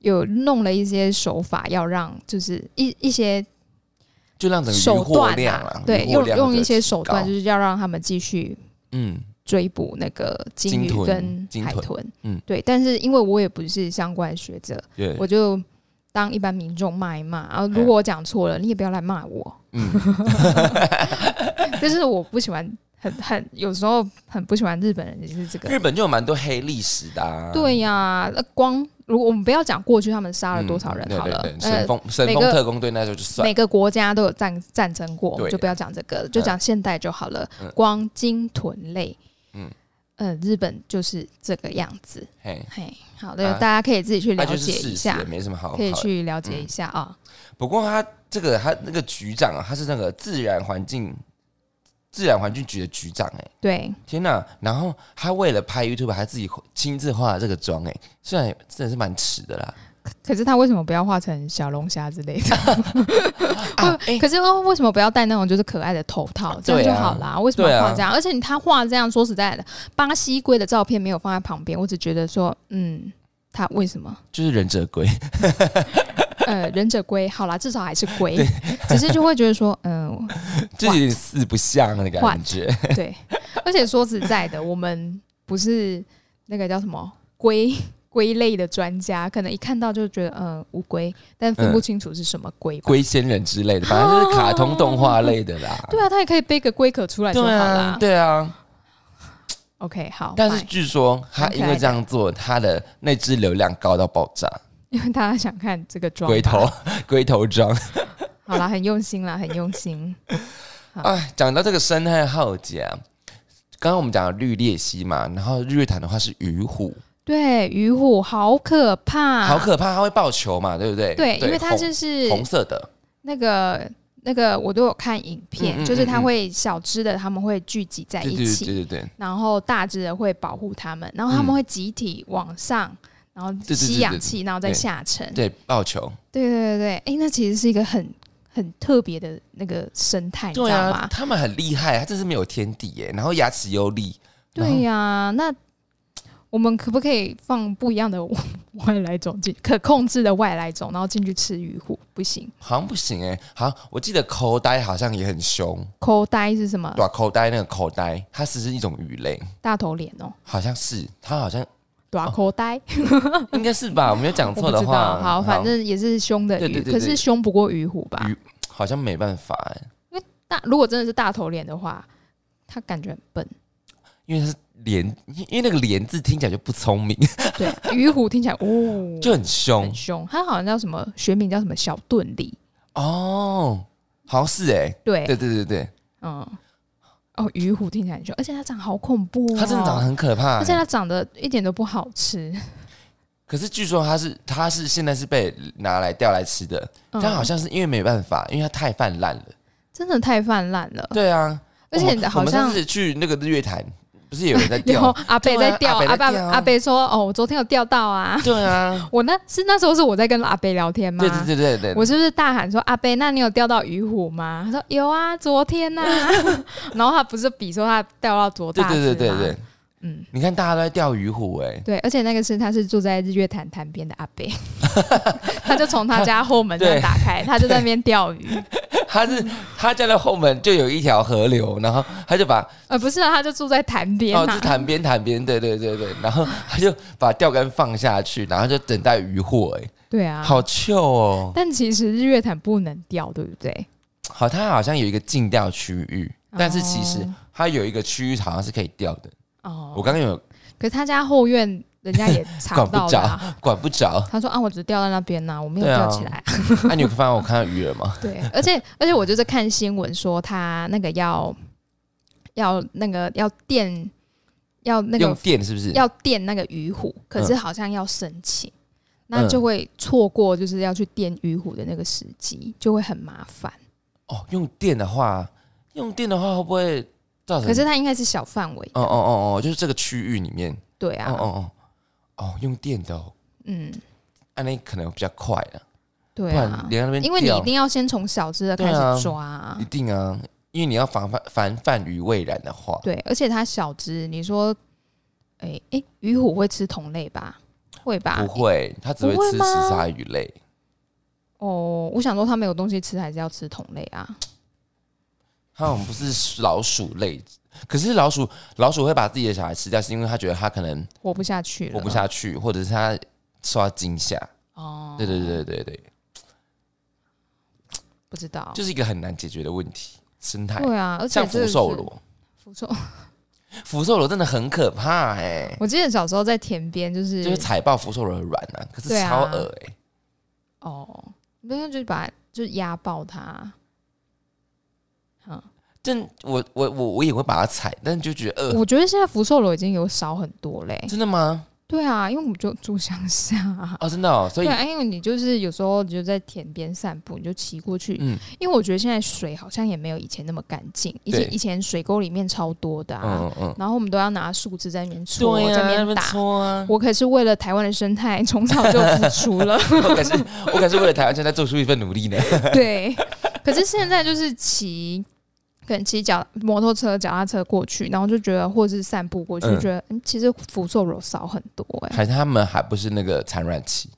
Speaker 1: 有弄了一些手法，要让就是一一些
Speaker 2: 就让整个渔
Speaker 1: 手
Speaker 2: 获
Speaker 1: 段
Speaker 2: 量
Speaker 1: 啊
Speaker 2: 啦，，
Speaker 1: 对，
Speaker 2: 渔获
Speaker 1: 用
Speaker 2: 量
Speaker 1: 用
Speaker 2: 的
Speaker 1: 一些手段，
Speaker 2: 高
Speaker 1: 就是要让他们继续
Speaker 2: 嗯，
Speaker 1: 追捕那个金
Speaker 2: 鲸
Speaker 1: 鱼
Speaker 2: 豚
Speaker 1: 跟
Speaker 2: 鲸
Speaker 1: 海
Speaker 2: 豚
Speaker 1: 豚。
Speaker 2: 嗯
Speaker 1: 对，但是因为我也不是相关的学者，
Speaker 2: 对，
Speaker 1: 我就当一般民众骂一骂，然后
Speaker 2: 嗯
Speaker 1: 如果我讲错了，你也不要来骂我。
Speaker 2: 嗯， [laughs]
Speaker 1: 但是我不喜欢，很很有时候很不喜欢日本人，就是这个。
Speaker 2: 日本就有蛮多黑历史的、啊，
Speaker 1: 对呀、呃光如果我们不要讲过去他们杀了
Speaker 2: 嗯，
Speaker 1: 多少人好了，
Speaker 2: 对对对
Speaker 1: 呃
Speaker 2: 神风神
Speaker 1: 每
Speaker 2: 风
Speaker 1: 个
Speaker 2: 特工队那时候就算，
Speaker 1: 每个国家都有战战争过，我们
Speaker 2: 对
Speaker 1: 就不要讲这个了，就讲现代就好了。
Speaker 2: 嗯
Speaker 1: 光鲸豚类，
Speaker 2: 嗯
Speaker 1: 嗯，呃，日本就是这个样子。
Speaker 2: 嘿，
Speaker 1: 嘿，好的，
Speaker 2: 啊
Speaker 1: 大家可以自己去
Speaker 2: 那
Speaker 1: 了
Speaker 2: 就是
Speaker 1: 解
Speaker 2: 事
Speaker 1: 一
Speaker 2: 实
Speaker 1: 下，，
Speaker 2: 没什么好好
Speaker 1: 可以
Speaker 2: 的。
Speaker 1: 去了解
Speaker 2: 嗯
Speaker 1: 一下啊。
Speaker 2: 不过他这个他那个局长啊，他是那个自然环境自然环境局的局长哎、
Speaker 1: 对，
Speaker 2: 天呐！然后他为了拍 YouTube，还自己亲自化了这个妆哎、虽然真的是蛮迟的啦。
Speaker 1: 可是他为什么不要画成小龙虾之类的？
Speaker 2: [laughs]
Speaker 1: [laughs]
Speaker 2: 啊，哎、
Speaker 1: 哦可是为什么不要戴那种就是可爱的头套，这样
Speaker 2: 对啊
Speaker 1: 就好啦？为什么要
Speaker 2: 对
Speaker 1: 画
Speaker 2: 啊
Speaker 1: 这样？而且他画这样，说实在的，巴西龟的照片没有放在旁边，我只觉得说，嗯，他为什么？
Speaker 2: 就是忍者龟，
Speaker 1: 呃，忍者龟，好啦，至少还是龟，只是就会觉得说，嗯、
Speaker 2: 就是有点四不像的感
Speaker 1: What？
Speaker 2: 觉。 [laughs]
Speaker 1: 对。而且说实在的，我们不是那个叫什么龟龟类的专家，可能一看到就觉得，嗯、乌龟，但
Speaker 2: 嗯
Speaker 1: 分不清楚是什么龟吧。
Speaker 2: 龟仙人之类的，反正就是卡通动画类的啦。
Speaker 1: 对啊，他也可以背个龟壳出来就好
Speaker 2: 对
Speaker 1: 啦
Speaker 2: 啊，。对啊。
Speaker 1: OK，好，
Speaker 2: 但是
Speaker 1: fine [laughs]
Speaker 2: 据说他因为这样做，他的那支流量高到爆炸，
Speaker 1: 因为大家想看这个妆吧
Speaker 2: 龟头 [laughs] 龟头妆。
Speaker 1: 好啦，很用心啦，很用
Speaker 2: [laughs]
Speaker 1: 心。
Speaker 2: 哎，讲到这个生态浩劫、啊，刚刚我们讲了绿鬣蜥嘛，然后日月潭的话是鱼虎，
Speaker 1: 对，鱼虎好可怕，
Speaker 2: 好可怕，它会爆球嘛，对不对？
Speaker 1: 啊对，因为它
Speaker 2: 红
Speaker 1: 就是
Speaker 2: 红色的，
Speaker 1: 那个那个，我都有看影片，
Speaker 2: 嗯嗯
Speaker 1: 就是它
Speaker 2: 嗯嗯
Speaker 1: 会小只的，他们会聚集在
Speaker 2: 对
Speaker 1: 一
Speaker 2: 对
Speaker 1: 起，
Speaker 2: 对对对，
Speaker 1: 然后大只的会保护它们，然后他们
Speaker 2: 嗯
Speaker 1: 会集体往上。然后
Speaker 2: 对对
Speaker 1: 吸
Speaker 2: 对
Speaker 1: 氧
Speaker 2: 对
Speaker 1: 气，然后再
Speaker 2: 对
Speaker 1: 下沉。
Speaker 2: 对爆球，
Speaker 1: 对对对对，哎，那其实是一个很很特别的那个生态，你知
Speaker 2: 对
Speaker 1: 道
Speaker 2: 啊
Speaker 1: 吗，？
Speaker 2: 他们很厉害，他真是没有天敌耶，然后牙齿又利，然后
Speaker 1: 对呀、那我们可不可以放不一样的 [laughs] 外来种进可控制的外来种，然后进去吃鱼虎？不行，
Speaker 2: 好像不行哎，好像我记得口呆好像也很凶，
Speaker 1: 抠呆是什么
Speaker 2: 对？吧、口呆那个口呆，它只是一种鱼类，
Speaker 1: 大头脸哦，
Speaker 2: 好像是，它
Speaker 1: [laughs]
Speaker 2: 好像
Speaker 1: 短抠呆，
Speaker 2: 应该是吧，我没有讲
Speaker 1: 我
Speaker 2: 错
Speaker 1: 不
Speaker 2: 的
Speaker 1: 知道。
Speaker 2: 话，
Speaker 1: 好，反正也是凶的鱼，
Speaker 2: 对对对对
Speaker 1: 可是凶不过鱼虎吧
Speaker 2: 鱼？好像没办法哎，
Speaker 1: 大如果真的是大头脸的话，它感觉很
Speaker 2: [laughs]
Speaker 1: 笨。
Speaker 2: 因为它是连，因为那个连字听起来就不聪明，
Speaker 1: 对，鱼虎听起来哦，
Speaker 2: 就很凶
Speaker 1: 很凶。它好像叫什么学名叫什么小盾鲤，
Speaker 2: 哦，好像是哎，
Speaker 1: 对，
Speaker 2: 对对对对，
Speaker 1: 嗯，哦，鱼虎听起来很凶，而且它长得好恐怖、哦，
Speaker 2: 它真的长得很可怕
Speaker 1: 而且
Speaker 2: 欸。
Speaker 1: 它长得一点都不好
Speaker 2: [laughs]
Speaker 1: 吃。
Speaker 2: 可是据说它是它是现在是被拿来钓来吃的，
Speaker 1: 嗯
Speaker 2: 但好像是因为没办法，因为它太泛滥了。
Speaker 1: 真的太泛滥了，
Speaker 2: 对啊，
Speaker 1: 而
Speaker 2: 我
Speaker 1: 且
Speaker 2: 们
Speaker 1: 好
Speaker 2: 我们上
Speaker 1: 像
Speaker 2: 次去那个日月潭，不是有
Speaker 1: [laughs]
Speaker 2: 人在
Speaker 1: 然后
Speaker 2: 钓？
Speaker 1: 阿北在
Speaker 2: 对啊
Speaker 1: 钓，
Speaker 2: 阿
Speaker 1: 阿
Speaker 2: 伯在
Speaker 1: 爸
Speaker 2: 钓啊
Speaker 1: 阿北说：“哦，我昨天有钓到啊。
Speaker 2: 对
Speaker 1: [laughs]
Speaker 2: 啊，”
Speaker 1: 我那是那时候是我在跟阿北聊天吗？
Speaker 2: 对对对对对，
Speaker 1: 我是不是大喊说：“阿北，那你有钓到鱼虎吗？”他说：“有啊， [laughs] 昨天呐、然后他不是比说他钓到多
Speaker 2: 对
Speaker 1: 大只吗？
Speaker 2: 对对对对，
Speaker 1: 嗯，
Speaker 2: 你看大家都在钓鱼虎哎、 [laughs]
Speaker 1: 对，而且那个是他是住在日月潭潭边的阿北，他就从他家后门这样打开，他就在那边钓鱼。
Speaker 2: 他是他家的后门就有一条河流，然后他就把
Speaker 1: 呃，不是啊，他就住在潭边
Speaker 2: 哦
Speaker 1: 啊
Speaker 2: 是潭边潭边，对对对对，然后他就把钓竿放下去，然后就等待渔获哎，
Speaker 1: 对啊，
Speaker 2: 好糗哦！
Speaker 1: 但其实日月潭不能钓，对不对？
Speaker 2: 好，它好像有一个禁钓区域，但是其实
Speaker 1: 哦
Speaker 2: 它有一个区域好像是可以钓的。
Speaker 1: 哦，
Speaker 2: 我刚刚有
Speaker 1: 可是他家后院人家
Speaker 2: [laughs]
Speaker 1: 也查
Speaker 2: 管不
Speaker 1: 到的、啊。
Speaker 2: 管不着， [laughs]
Speaker 1: 他说啊，我只掉在那边呐、我没有
Speaker 2: 对啊
Speaker 1: 掉起来。 [laughs]
Speaker 2: 那、你有发现我看到鱼了吗？
Speaker 1: 对，而且而且我就是看新闻说他那个要要那个要电要 [laughs] 那
Speaker 2: 用嗯
Speaker 1: 个
Speaker 2: 电是不是？
Speaker 1: 要电那个鱼虎，可是好像要申请，
Speaker 2: 嗯
Speaker 1: 那就会错过就是要去电鱼虎的那个时机，就会很麻烦。
Speaker 2: 哦，用电的话，用电的话会不会造成？
Speaker 1: 可是它应该是小范围的，
Speaker 2: 嗯哦哦哦哦，就是这个区域里面，
Speaker 1: 对
Speaker 2: 哦
Speaker 1: 啊，
Speaker 2: 哦哦，哦，用电的、哦，
Speaker 1: 嗯，
Speaker 2: 啊，那可能比较快了，
Speaker 1: 对
Speaker 2: 不然
Speaker 1: 啊，
Speaker 2: 连那边
Speaker 1: 因为你
Speaker 2: 钓
Speaker 1: 一定要先从小只的开
Speaker 2: 对啊
Speaker 1: 始抓、啊
Speaker 2: 一定啊，因为你要防范防范于未然的话，
Speaker 1: 对，而且它小只，你说，哎、哎、鱼虎会吃同类吧？会吧
Speaker 2: 不？会，它只会
Speaker 1: 不会
Speaker 2: 吃
Speaker 1: 吗
Speaker 2: 食鲨鱼类。
Speaker 1: 哦，我想说它没有东西吃，还是要吃同类啊？
Speaker 2: 它好像不是老鼠类，可是老鼠老鼠会把自己的小孩吃掉，是因为它觉得它可能
Speaker 1: 活不下去了，
Speaker 2: 活不下去，或者是它受到惊吓。
Speaker 1: 哦，
Speaker 2: 对对对对对，
Speaker 1: 不知道，
Speaker 2: 就是一个很难解决的问题，生态
Speaker 1: 哦对啊，而且
Speaker 2: 像
Speaker 1: 这
Speaker 2: 福
Speaker 1: 个
Speaker 2: 寿
Speaker 1: 是
Speaker 2: 螺，
Speaker 1: 福寿，
Speaker 2: 福寿螺真的很可怕哎、
Speaker 1: 我记得小时候在田边就是
Speaker 2: 就是踩爆福寿螺的卵啊，可是
Speaker 1: 对啊
Speaker 2: 超恶哎、
Speaker 1: 哦，没有就是把就是压爆它，嗯，
Speaker 2: 但我我我我也会把它踩，但就觉得呃，
Speaker 1: 我觉得现在福寿螺已经有少很多嘞、
Speaker 2: 真的吗？
Speaker 1: 对啊，因为我们就住乡下啊。
Speaker 2: 哦，真的哦，所
Speaker 1: 对
Speaker 2: 以
Speaker 1: 啊，因为你就是有时候你就在田边散步，你就骑过去。
Speaker 2: 嗯
Speaker 1: 因为我觉得现在水好像也没有以前那么干净，以
Speaker 2: 对
Speaker 1: 前以前水沟里面超多的啊，
Speaker 2: 嗯嗯，
Speaker 1: 然后我们都要拿树枝在那边戳，
Speaker 2: 对
Speaker 1: 在那
Speaker 2: 呀、那
Speaker 1: 边
Speaker 2: 边
Speaker 1: 打。
Speaker 2: 搓啊，
Speaker 1: 我可是为了台湾的生态从早就付出了，
Speaker 2: [laughs] 我可是我可是为了台湾现在做出一份
Speaker 1: [laughs]
Speaker 2: 努力呢。
Speaker 1: 对。可是现在就是骑，可能骑脚摩托车、脚踏车过去，然后就觉得，或者是散步过去，
Speaker 2: 嗯
Speaker 1: 觉得、嗯、其实福寿螺少很多哎、
Speaker 2: 还是他们还不是那个产卵期，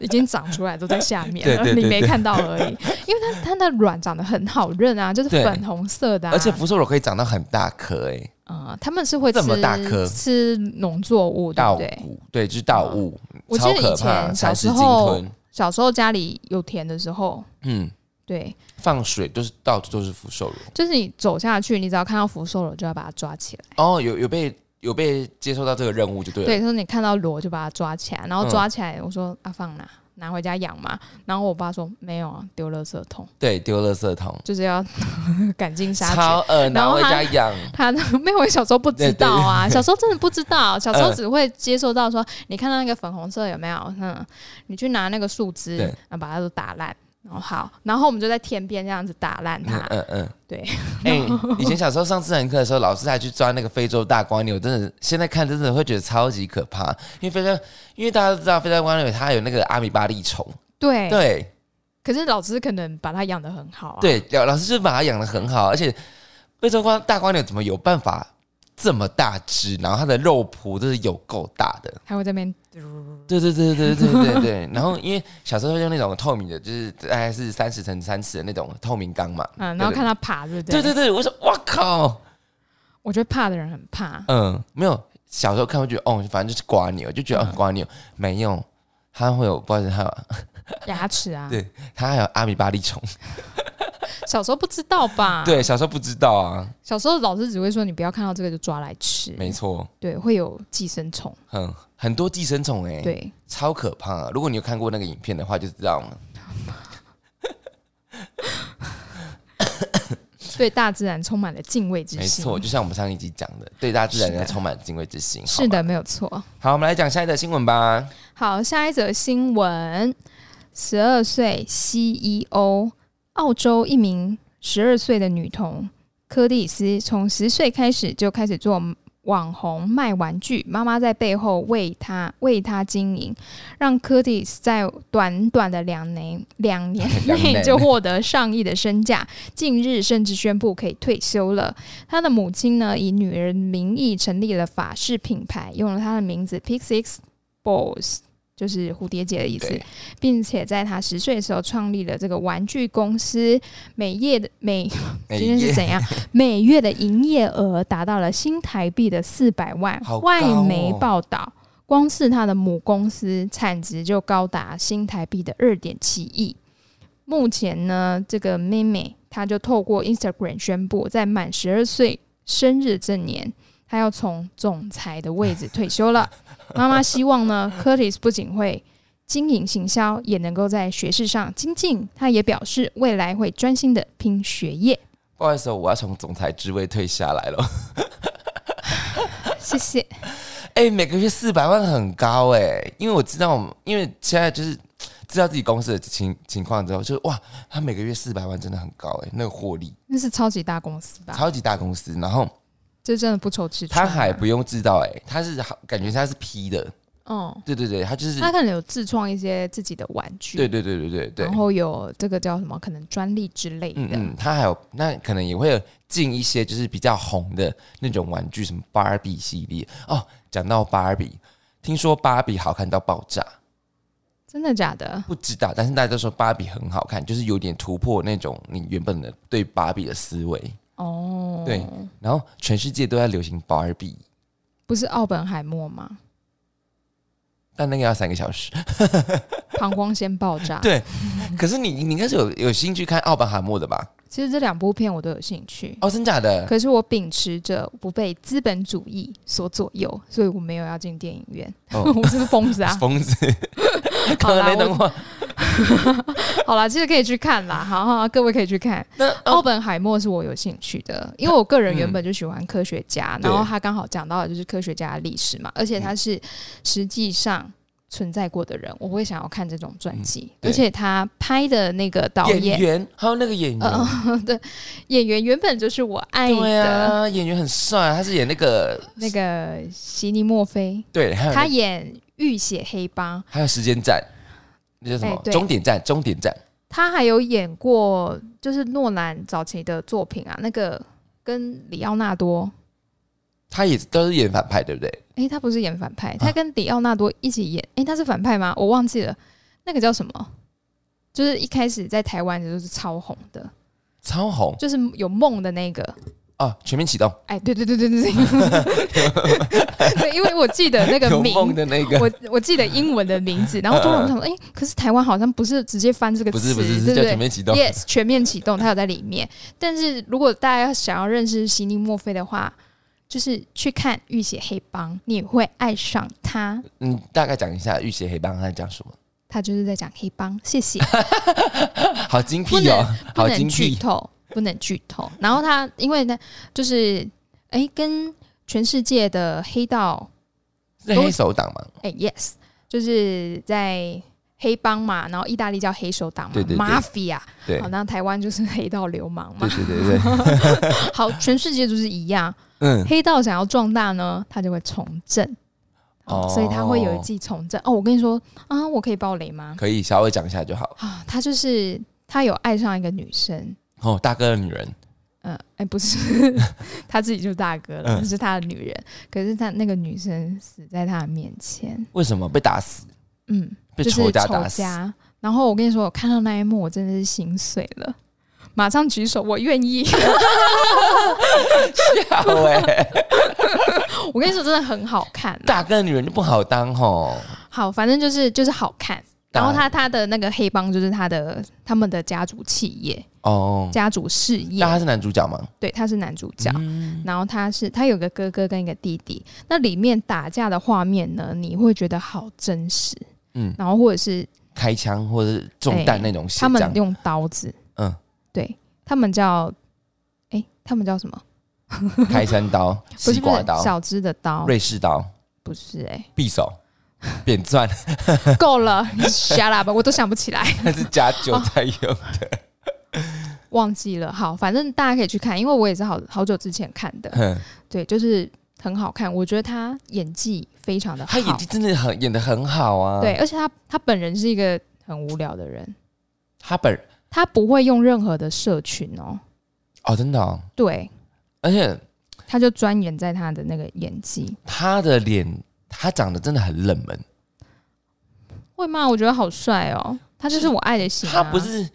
Speaker 1: 已经长出来都在下面了，
Speaker 2: 对对对
Speaker 1: 你没
Speaker 2: 对
Speaker 1: 看到而已。因为它它的卵长得很好认啊，就是
Speaker 2: 对
Speaker 1: 粉红色的、啊，
Speaker 2: 而且福寿螺可以长到很大颗哎、
Speaker 1: 呃，他们是会
Speaker 2: 这么大
Speaker 1: 吃
Speaker 2: 颗
Speaker 1: 吃农作物，对
Speaker 2: 稻
Speaker 1: 不对？
Speaker 2: 谷对，就是稻物，
Speaker 1: 我记
Speaker 2: 超
Speaker 1: 得以
Speaker 2: 可怕，
Speaker 1: 前小
Speaker 2: 蚕
Speaker 1: 时
Speaker 2: 食鲸
Speaker 1: 候，
Speaker 2: 吞，
Speaker 1: 小时候家里有田的时候，
Speaker 2: 嗯，
Speaker 1: 对，
Speaker 2: 放水都是到处都是福寿螺。
Speaker 1: 就是你走下去，你只要看到福寿螺，就要把它抓起来。
Speaker 2: 哦，有有被有被接受到这个任务就对了。嗯
Speaker 1: 对，说你看到螺就把它抓起来，然后抓起来，我说啊放哪？拿回家养嘛。然后我爸说没有啊，丢垃圾桶，
Speaker 2: 对，丢垃圾桶，
Speaker 1: 就是要 [laughs] 赶尽杀绝。
Speaker 2: 超恶，
Speaker 1: 然
Speaker 2: 拿
Speaker 1: 后
Speaker 2: 回
Speaker 1: 他
Speaker 2: 家养。
Speaker 1: 他没有，我小时候不知道啊，小时候真的不知
Speaker 2: [laughs]
Speaker 1: 道，小时
Speaker 2: 嗯
Speaker 1: 候只会接受到说，你看到那个粉红色有没有？嗯，你去拿那个树枝，
Speaker 2: 对
Speaker 1: 然后把它都打烂，然后好，然后我们就在天边这样子打烂它
Speaker 2: 嗯，嗯嗯，
Speaker 1: 啊对。
Speaker 2: 哎、以前小时候上自然课的时候，老师还去抓那个非洲大瓜牛，真的现在看真的会觉得超级可怕，因为非洲，因为大家都知道非洲瓜牛它有那个阿米巴利虫，
Speaker 1: 对，
Speaker 2: 对
Speaker 1: 可是老师可能把它养得很好啊，，
Speaker 2: 对，老老师就把它养得很好，而且非洲瓜大瓜牛怎么有办法这么大只，然后它的肉脯真是有够大的，
Speaker 1: 它会在那边
Speaker 2: 对对对对对对对对。然后因为小时候会用那种透明的，就是大概是三十乘三十的那种透明缸嘛。
Speaker 1: 嗯，然后
Speaker 2: 对
Speaker 1: 看它爬，对不
Speaker 2: 对
Speaker 1: 对
Speaker 2: 对对，我说哇靠，
Speaker 1: 我觉得怕的人很怕，
Speaker 2: 嗯，没有。小时候看会觉得哦，反正就是瓜牛，就觉得、哦、瓜牛没用，它会有不好意思，它有
Speaker 1: 牙齿啊，
Speaker 2: 对它还有阿米巴利虫。
Speaker 1: 小时候不知道吧？，
Speaker 2: 对，小时候不知道啊，
Speaker 1: 小时候老师只会说你不要看到这个就抓来吃，
Speaker 2: 没错，
Speaker 1: 对，会有寄生虫，
Speaker 2: 很很多寄生虫哎、
Speaker 1: 对，
Speaker 2: 超可怕、啊如果你有看过那个影片的话，就知道了。
Speaker 1: 对大自然充满了敬畏之
Speaker 2: 没
Speaker 1: 心，
Speaker 2: 错，就像我们上一集讲的，对大自然
Speaker 1: 是
Speaker 2: 要
Speaker 1: 的
Speaker 2: 充满敬畏之心。
Speaker 1: 是
Speaker 2: 好吧，
Speaker 1: 的，没有错。
Speaker 2: 好，我们来讲下一则新闻吧。
Speaker 1: 好，下一则新闻：十二岁 CEO，澳洲一名十二岁的女童柯蒂斯，从十岁开始就开始做网红卖玩具，妈妈在背后为她为她经营，让柯蒂斯在短短的两
Speaker 2: [laughs]
Speaker 1: 年两年
Speaker 2: 两
Speaker 1: 内
Speaker 2: 年
Speaker 1: 就获得上亿的身价，近日甚至宣布可以退休了。他的母亲呢，以女儿名义成立了法式品牌，用了他的名字 Pixix Balls，就是蝴蝶结的意思
Speaker 2: 对，
Speaker 1: 并且在他十岁的时候创立了这个玩具公司，每夜的每
Speaker 2: 哎
Speaker 1: 今天是
Speaker 2: 耶
Speaker 1: 怎样？每月的营业额达到了新台币的四百万。
Speaker 2: 好高
Speaker 1: 外
Speaker 2: 哦
Speaker 1: 媒报道，光是它的母公司产值就高达新台币的二点七亿。目前呢，这个妹妹她就透过 Instagram 宣布，在满十二岁生日这年，她要从总裁的位置退休
Speaker 2: [laughs]
Speaker 1: 了。妈妈希望呢，Curtis 不仅会经营行销，也能够在学识上精进。她也表示，未来会专心的拼学业。
Speaker 2: [laughs] 不好意思哦，我要从总裁职位退下来了。
Speaker 1: 谢谢。
Speaker 2: 哎、每个月四百万很高哎、因为我知道我们，因为现在就是知道自己公司的情情况之后，就是哇，他每个月四百万真的很高哎、那个获利
Speaker 1: 那是超级大公司吧？
Speaker 2: 超级大公司，然后
Speaker 1: 这真的不愁吃穿、
Speaker 2: 他还，不用知道哎、他是感觉他是 P 的，
Speaker 1: 嗯，
Speaker 2: 对对对，他就是
Speaker 1: 他可能有自创一些自己的玩具，
Speaker 2: 对对对对对对
Speaker 1: 然，后有这个叫什么，可能专利之类的，
Speaker 2: 嗯嗯，他还有那可能也会有进一些就是比较红的那种玩具，什么芭比系列哦。讲到芭比，听说芭比好看到爆炸。
Speaker 1: 真的假的？
Speaker 2: 不知道，但是大家都说芭比很好看，就是有点突破那种你原本的对芭比的思维。
Speaker 1: 哦，
Speaker 2: 对，然后全世界都在流行芭比， [laughs]
Speaker 1: 不是奥本海默吗？
Speaker 2: 但那个要三个
Speaker 1: [laughs]
Speaker 2: 小时。
Speaker 1: 膀胱先爆炸。
Speaker 2: 对，可是你你应该是有有兴趣看奥本海默
Speaker 1: [laughs]
Speaker 2: 的吧？
Speaker 1: 其实这两部片我都有兴趣，
Speaker 2: 哦，真假的？
Speaker 1: 可是我秉持着不被资本主义所左右，所以我没有要进电影院。
Speaker 2: 哦
Speaker 1: [laughs] 我是不是疯
Speaker 2: [laughs]
Speaker 1: 子啊？
Speaker 2: 疯子，
Speaker 1: 好
Speaker 2: 可
Speaker 1: 啦
Speaker 2: 能的话，
Speaker 1: 好啦，其实可以去看啦，好好，各位可以去看。
Speaker 2: 那
Speaker 1: 奥
Speaker 2: 哦，
Speaker 1: 本海默是我有兴趣的，因为我个人原
Speaker 2: 嗯
Speaker 1: 本就喜欢科学家，
Speaker 2: 对
Speaker 1: 然后他刚好讲到的就是科学家的历史嘛，而且他是实际上存在过的人，我会想要看这种传记，
Speaker 2: 嗯对
Speaker 1: 而且他拍的那个导
Speaker 2: 演
Speaker 1: 演
Speaker 2: 员还有那个演员，
Speaker 1: 呃， [laughs] 对，演员原本就是我爱
Speaker 2: 对
Speaker 1: 的
Speaker 2: 啊，演员很帅，他是演那个
Speaker 1: 那个席尼墨菲，
Speaker 2: 对，还有
Speaker 1: 他
Speaker 2: 那
Speaker 1: 演《浴血黑帮》，
Speaker 2: 还有时间站，那叫什么
Speaker 1: 哎？对
Speaker 2: 终点站，终点站。
Speaker 1: 他还有演过就是诺兰早期的作品啊，那个跟里奥纳多，
Speaker 2: 他也都是演反派，对不对？
Speaker 1: 诶，他不是演反派，
Speaker 2: 啊
Speaker 1: 他跟里奥纳多一起演，诶，他是反派吗？我忘记了，那个叫什么？就是一开始在台湾的时候是超红的，
Speaker 2: 超红
Speaker 1: 就是有梦的那个，
Speaker 2: 哦！全面启动，
Speaker 1: 哎，对对对对对对，对， [laughs] 因为我记得那个
Speaker 2: 有
Speaker 1: 名
Speaker 2: 梦的那个，
Speaker 1: 我我记得英文的名字，然后突然我想说，哎、可是台湾好像不是直接翻这个
Speaker 2: 不
Speaker 1: 词，
Speaker 2: 是
Speaker 1: [laughs]
Speaker 2: 不是是
Speaker 1: 对
Speaker 2: 叫全
Speaker 1: 不对
Speaker 2: 面启动。
Speaker 1: ？Yes，全面启动，它有在里面。但是如果大家想要认识悉尼墨菲的话，就是去看《浴血黑帮》，你会爱上他。
Speaker 2: 嗯，大概讲一下《浴血黑帮》他在
Speaker 1: [laughs]
Speaker 2: 讲什么？
Speaker 1: 他就是在讲黑帮，谢
Speaker 2: [laughs]
Speaker 1: 谢，
Speaker 2: 好精
Speaker 1: 不
Speaker 2: 辟
Speaker 1: 能
Speaker 2: 哦，
Speaker 1: 不
Speaker 2: 好
Speaker 1: 能
Speaker 2: 精
Speaker 1: 剧
Speaker 2: 辟。
Speaker 1: 透，不能剧透。然后他因为呢，就是哎、跟全世界的黑道
Speaker 2: 是黑手党嘛？
Speaker 1: 哎、y e s 就是在黑帮嘛，然后意大利叫黑手党嘛
Speaker 2: 对对对
Speaker 1: m a f i a
Speaker 2: 对
Speaker 1: 好，那台湾就是黑道流氓嘛
Speaker 2: 对。对对对，
Speaker 1: [laughs] 好，全世界就是一样，
Speaker 2: [laughs] 嗯，
Speaker 1: 黑道想要壮大呢，他就会从政，哦
Speaker 2: 哦，
Speaker 1: 所以他会有一季从政。哦，我跟你说啊，我可以爆雷吗？
Speaker 2: 可以稍微讲一下就好。
Speaker 1: 啊，他就是他有爱上一个女生，
Speaker 2: 哦，大哥的女人，
Speaker 1: 嗯、呃，哎、不是，
Speaker 2: [laughs]
Speaker 1: 他自己就是大哥了，
Speaker 2: 嗯
Speaker 1: 是他的女人，可是他那个女生死在他的面前，
Speaker 2: 为什么被打死？
Speaker 1: 嗯，
Speaker 2: 被
Speaker 1: 就是
Speaker 2: 仇
Speaker 1: 仇
Speaker 2: 家打死？
Speaker 1: 家然后我跟你说，我看到那一幕，我真的是心碎了，马上举手，我愿
Speaker 2: [laughs]
Speaker 1: 意。
Speaker 2: 吓 [laughs] 喂！
Speaker 1: 我跟你说，真的很好看啦。
Speaker 2: 大哥的女人就不好当哦吼。
Speaker 1: 好，反正就是就是好看。 [laughs] 然后他他的那个黑帮就是他的他们的家族企业、
Speaker 2: 哦，
Speaker 1: 家族事业
Speaker 2: 那，他是男主角吗？
Speaker 1: 对，他是男主角。
Speaker 2: 嗯
Speaker 1: 然后他是他有个哥哥跟一个弟弟，那里面打架的画面呢，你会觉得好真实。
Speaker 2: 嗯，
Speaker 1: 然后或者是
Speaker 2: 开枪或者是中弹那种血，
Speaker 1: 哎他
Speaker 2: 这
Speaker 1: 们
Speaker 2: 样
Speaker 1: 用刀子，
Speaker 2: 嗯，
Speaker 1: 对他们叫，哎、他们叫什么？
Speaker 2: 开山刀、
Speaker 1: [laughs] 不
Speaker 2: 西
Speaker 1: 是不是
Speaker 2: 瓜刀、
Speaker 1: 小只的刀，
Speaker 2: 瑞士刀、
Speaker 1: 不是哎、
Speaker 2: 匕首、扁钻， [laughs]
Speaker 1: 够了， [laughs] 你瞎啦吧，我都想不起来，
Speaker 2: 那是加酒
Speaker 1: [laughs]
Speaker 2: 才有。
Speaker 1: 忘记了。好，反正大家可以去看，因为我也是好好久之前看的，
Speaker 2: 嗯
Speaker 1: 对，就是很好看。我觉得他演技非常的好，
Speaker 2: 他演技真的很演的很好啊。
Speaker 1: 对，，而且他他本人是一个很无聊的人，
Speaker 2: 他本
Speaker 1: 他不会用任何的社群哦，
Speaker 2: 哦真的、哦，
Speaker 1: 对，
Speaker 2: 而且
Speaker 1: 他就钻研在他的那个演技。
Speaker 2: 他的脸，他长得真的很冷门。
Speaker 1: 会吗？我觉得好帅哦，他就是我爱的型、啊。
Speaker 2: 他不是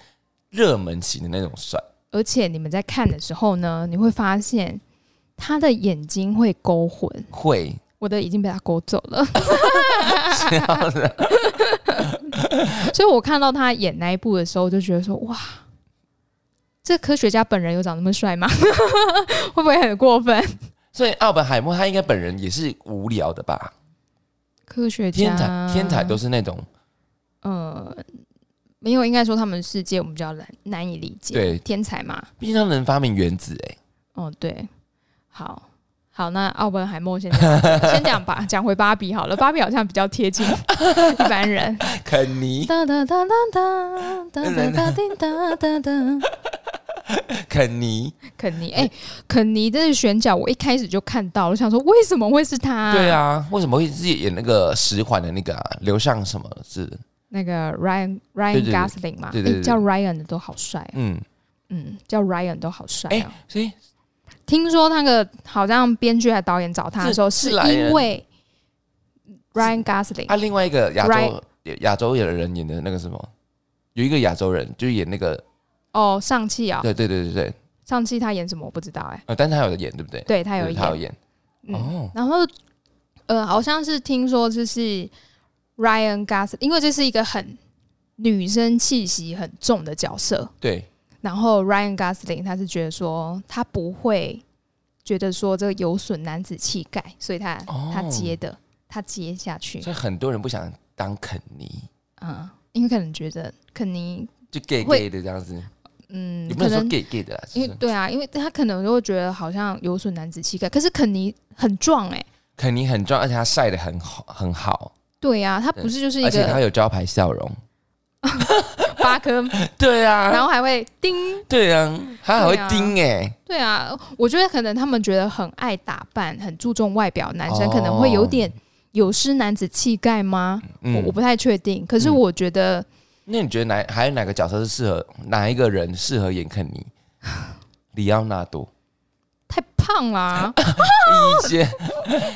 Speaker 2: 热门型的那种帅，
Speaker 1: 而且你们在看的时候呢，你会发现他的眼睛会勾魂，
Speaker 2: 会
Speaker 1: 我的已经被他勾走 [laughs] 了。啊
Speaker 2: 这样子。 [laughs]
Speaker 1: 所以我看到他演那一部的时候，我就觉得说，哇，这科学家本人有长那么帅吗？ [laughs] 会不会很过分？
Speaker 2: 所以奥本海默他应该本人也是无聊的吧？
Speaker 1: 科学家
Speaker 2: 天才天才都是那种
Speaker 1: 呃。没有，应该说他们的世界我们比较难难以理解。
Speaker 2: 对
Speaker 1: 天才嘛，
Speaker 2: 毕竟他能发明原子哎、
Speaker 1: 哦，对，好好，那奥本海默先讲， [laughs] 先讲吧，讲回芭比好了。芭比好像比较贴近一般人。
Speaker 2: 肯
Speaker 1: [laughs]
Speaker 2: 尼
Speaker 1: 哒哒哒哒哒哒哒哒叮哒哒哒。
Speaker 2: 肯尼，
Speaker 1: 肯尼，哎、肯尼这个选角，我一开始就看到了，我想说为什么会是他？
Speaker 2: 对，啊，为什么会是演那个十环的那个啊？刘尚什么是？
Speaker 1: 那个 Ryan
Speaker 2: 对
Speaker 1: Ryan
Speaker 2: 对
Speaker 1: Gosling 嘛，
Speaker 2: 对对
Speaker 1: 哎
Speaker 2: 对
Speaker 1: 叫 Ryan 的都好帅、啊
Speaker 2: 嗯，
Speaker 1: 嗯，叫 Ryan 都好帅、啊。
Speaker 2: 哎、所以
Speaker 1: 听说那个好像编剧还导演找他的时候，
Speaker 2: 是
Speaker 1: 是
Speaker 2: 是莱恩
Speaker 1: 因为 Ryan Gosling，
Speaker 2: 啊，另外一个亚洲
Speaker 1: Right
Speaker 2: 亚洲人演的那个什么，有一个亚洲人就是演那个，
Speaker 1: 哦，上汽啊、
Speaker 2: 对对对对对，
Speaker 1: 上汽他演什么我不知道哎、
Speaker 2: 呃，但是他有演对不对？
Speaker 1: 对他有
Speaker 2: 对
Speaker 1: 演，
Speaker 2: 他有演，
Speaker 1: 嗯，
Speaker 2: 哦，
Speaker 1: 然后呃，好像是听说就是 Ryan Ryan Gosling，因为这是一个很女生气息很重的角色，
Speaker 2: 对，
Speaker 1: 然后 Ryan Gosling 他是觉得说他不会觉得说这个有损男子气概，所以他、
Speaker 2: 哦
Speaker 1: 他接的，他接下去
Speaker 2: 所，以很多人不想当肯尼，
Speaker 1: 嗯，因为可能觉得肯尼，
Speaker 2: 就 gay
Speaker 1: 会
Speaker 2: gay 的这样子，
Speaker 1: 嗯，
Speaker 2: 有没
Speaker 1: 可
Speaker 2: 有说
Speaker 1: 能
Speaker 2: gay gay 的啦？
Speaker 1: 因为
Speaker 2: 就是
Speaker 1: 对啊，因为他可能就会觉得好像有损男子气概，可是肯尼很壮哎、
Speaker 2: 肯尼很壮，而且他晒得很好，很好，
Speaker 1: 对呀、他不是就是一
Speaker 2: 而且他
Speaker 1: 个
Speaker 2: 有招牌笑容。
Speaker 1: [laughs] 八颗，
Speaker 2: 对啊，
Speaker 1: 然后还会叮，
Speaker 2: 对啊，他还会
Speaker 1: 对啊
Speaker 2: 盯哎、
Speaker 1: 对啊，我觉得可能他们觉得很爱打扮，很注重外表，男生
Speaker 2: 哦
Speaker 1: 可能会有点有失男子气概吗？我我不太确定，可是
Speaker 2: 嗯
Speaker 1: 我觉得
Speaker 2: 那你觉得哪还有哪个角色是适合哪一个人适合演肯
Speaker 1: [laughs]
Speaker 2: 尼？里奥纳多，
Speaker 1: 太胖
Speaker 2: [laughs]
Speaker 1: 啦、
Speaker 2: 以前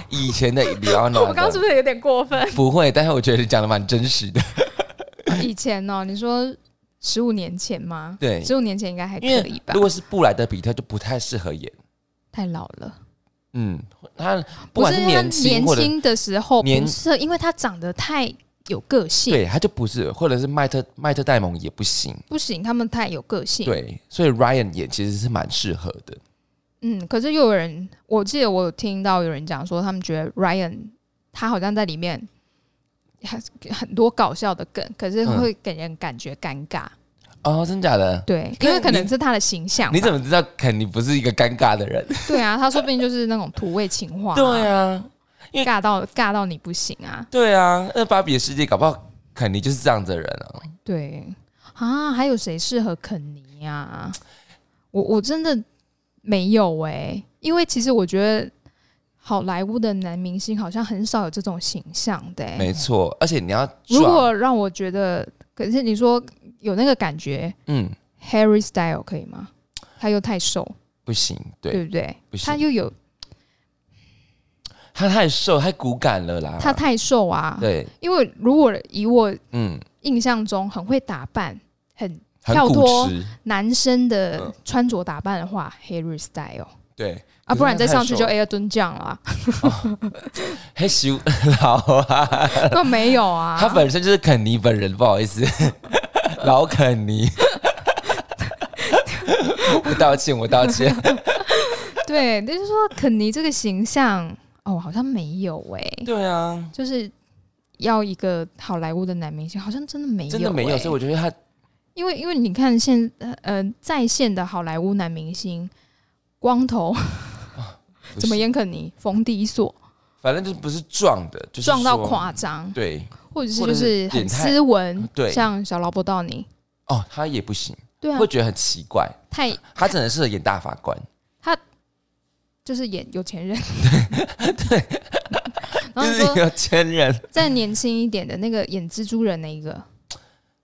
Speaker 2: 以前的里奥纳
Speaker 1: 哦我刚刚是
Speaker 2: 多
Speaker 1: 不是有点过分？ [laughs]
Speaker 2: 不会，但是我觉得你讲的蛮真实的。
Speaker 1: 以前哦，你说十五年前吗？
Speaker 2: 对
Speaker 1: 十五年前应该还可
Speaker 2: 因
Speaker 1: 以
Speaker 2: 为
Speaker 1: 吧
Speaker 2: 如？果是布莱德比特就不太适合演，
Speaker 1: 太老了，
Speaker 2: 嗯，他不管
Speaker 1: 是因为他
Speaker 2: 年轻
Speaker 1: 年
Speaker 2: 或者
Speaker 1: 轻的时候
Speaker 2: 年
Speaker 1: 不是，因为他长得太有个性，
Speaker 2: 对他就不是，或者是麦特麦特戴蒙也不行。
Speaker 1: 不行，他们太有个性。
Speaker 2: 对，所以 Ryan 演其实是蛮适合的。
Speaker 1: 嗯，可是又有人，我记得我有听到有人讲说，他们觉得 Ryan 他好像在里面很很多搞笑的梗，可是
Speaker 2: 嗯
Speaker 1: 会给人感觉尴尬。
Speaker 2: 哦，真假的？
Speaker 1: 对，
Speaker 2: 可
Speaker 1: 因
Speaker 2: 是
Speaker 1: 为可能
Speaker 2: 你
Speaker 1: 是他的形象吧。
Speaker 2: 你怎么知道肯尼不是一个尴尬的人？
Speaker 1: 对啊，他说不定就是那种土味情话、
Speaker 2: [laughs] 对啊，因为
Speaker 1: 尬到尬到你不行啊。
Speaker 2: 对啊，那芭比的世界搞不好肯尼就是这样子的人啊。
Speaker 1: 哎对啊，还有谁适合肯尼啊？我我真的没有哎、因为其实我觉得好莱坞的男明星好像很少有这种形象的、欸。
Speaker 2: 没错，而且你要
Speaker 1: 如
Speaker 2: 撞
Speaker 1: 果让我觉得，可是你说有那个感觉
Speaker 2: 嗯
Speaker 1: ，Harry Style 可以吗？他又太瘦，
Speaker 2: 不行，
Speaker 1: 对
Speaker 2: 对
Speaker 1: 不对
Speaker 2: 不？行
Speaker 1: 他又有
Speaker 2: 他太瘦太骨感了啦。
Speaker 1: 他太瘦啊，
Speaker 2: 对
Speaker 1: 因为如果以我
Speaker 2: 嗯
Speaker 1: 印象中很会打扮、很
Speaker 2: 很
Speaker 1: 跳
Speaker 2: 固
Speaker 1: 脱
Speaker 2: 执，
Speaker 1: 男生的
Speaker 2: 嗯
Speaker 1: 穿着打扮的话、h a r r y Style
Speaker 2: 对
Speaker 1: 啊，不然再上去就
Speaker 2: 可
Speaker 1: Air 蹲降了，
Speaker 2: 嘿羞 [laughs] 老啊，
Speaker 1: 那没有啊，
Speaker 2: [laughs] 他本身就是肯尼本人，不好意思， [laughs] 老肯尼。 [laughs] 我道歉，我道
Speaker 1: [laughs]
Speaker 2: 歉。
Speaker 1: 对，那就是说肯尼这个形象哦，好像没有哎、
Speaker 2: 对啊，
Speaker 1: 就是要一个好莱坞的男明星，好像真的没有、欸，
Speaker 2: 真的没有，所以我觉得他
Speaker 1: 因为因为你看现呃呃在线的好莱坞男明星，光头
Speaker 2: 不
Speaker 1: 怎么
Speaker 2: 是，
Speaker 1: 演肯尼、冯迪所
Speaker 2: 反正就是不是撞的，就是
Speaker 1: 撞到
Speaker 2: 说。
Speaker 1: 夸张，
Speaker 2: 对
Speaker 1: 或者是
Speaker 2: 或
Speaker 1: 就
Speaker 2: 者
Speaker 1: 是
Speaker 2: 是
Speaker 1: 很
Speaker 2: 脸太
Speaker 1: 斯文，
Speaker 2: 对
Speaker 1: 像小劳勃道尼，
Speaker 2: 哦，他也不行，
Speaker 1: 对啊
Speaker 2: 会，觉得很奇怪。
Speaker 1: 太
Speaker 2: 他只能适合演大法官，
Speaker 1: 就是演有钱
Speaker 2: [laughs]
Speaker 1: 人，对，
Speaker 2: 就
Speaker 1: [laughs] 然后你
Speaker 2: 是一
Speaker 1: 说
Speaker 2: 个千人。
Speaker 1: 再年轻一点的那个演蜘蛛人那一个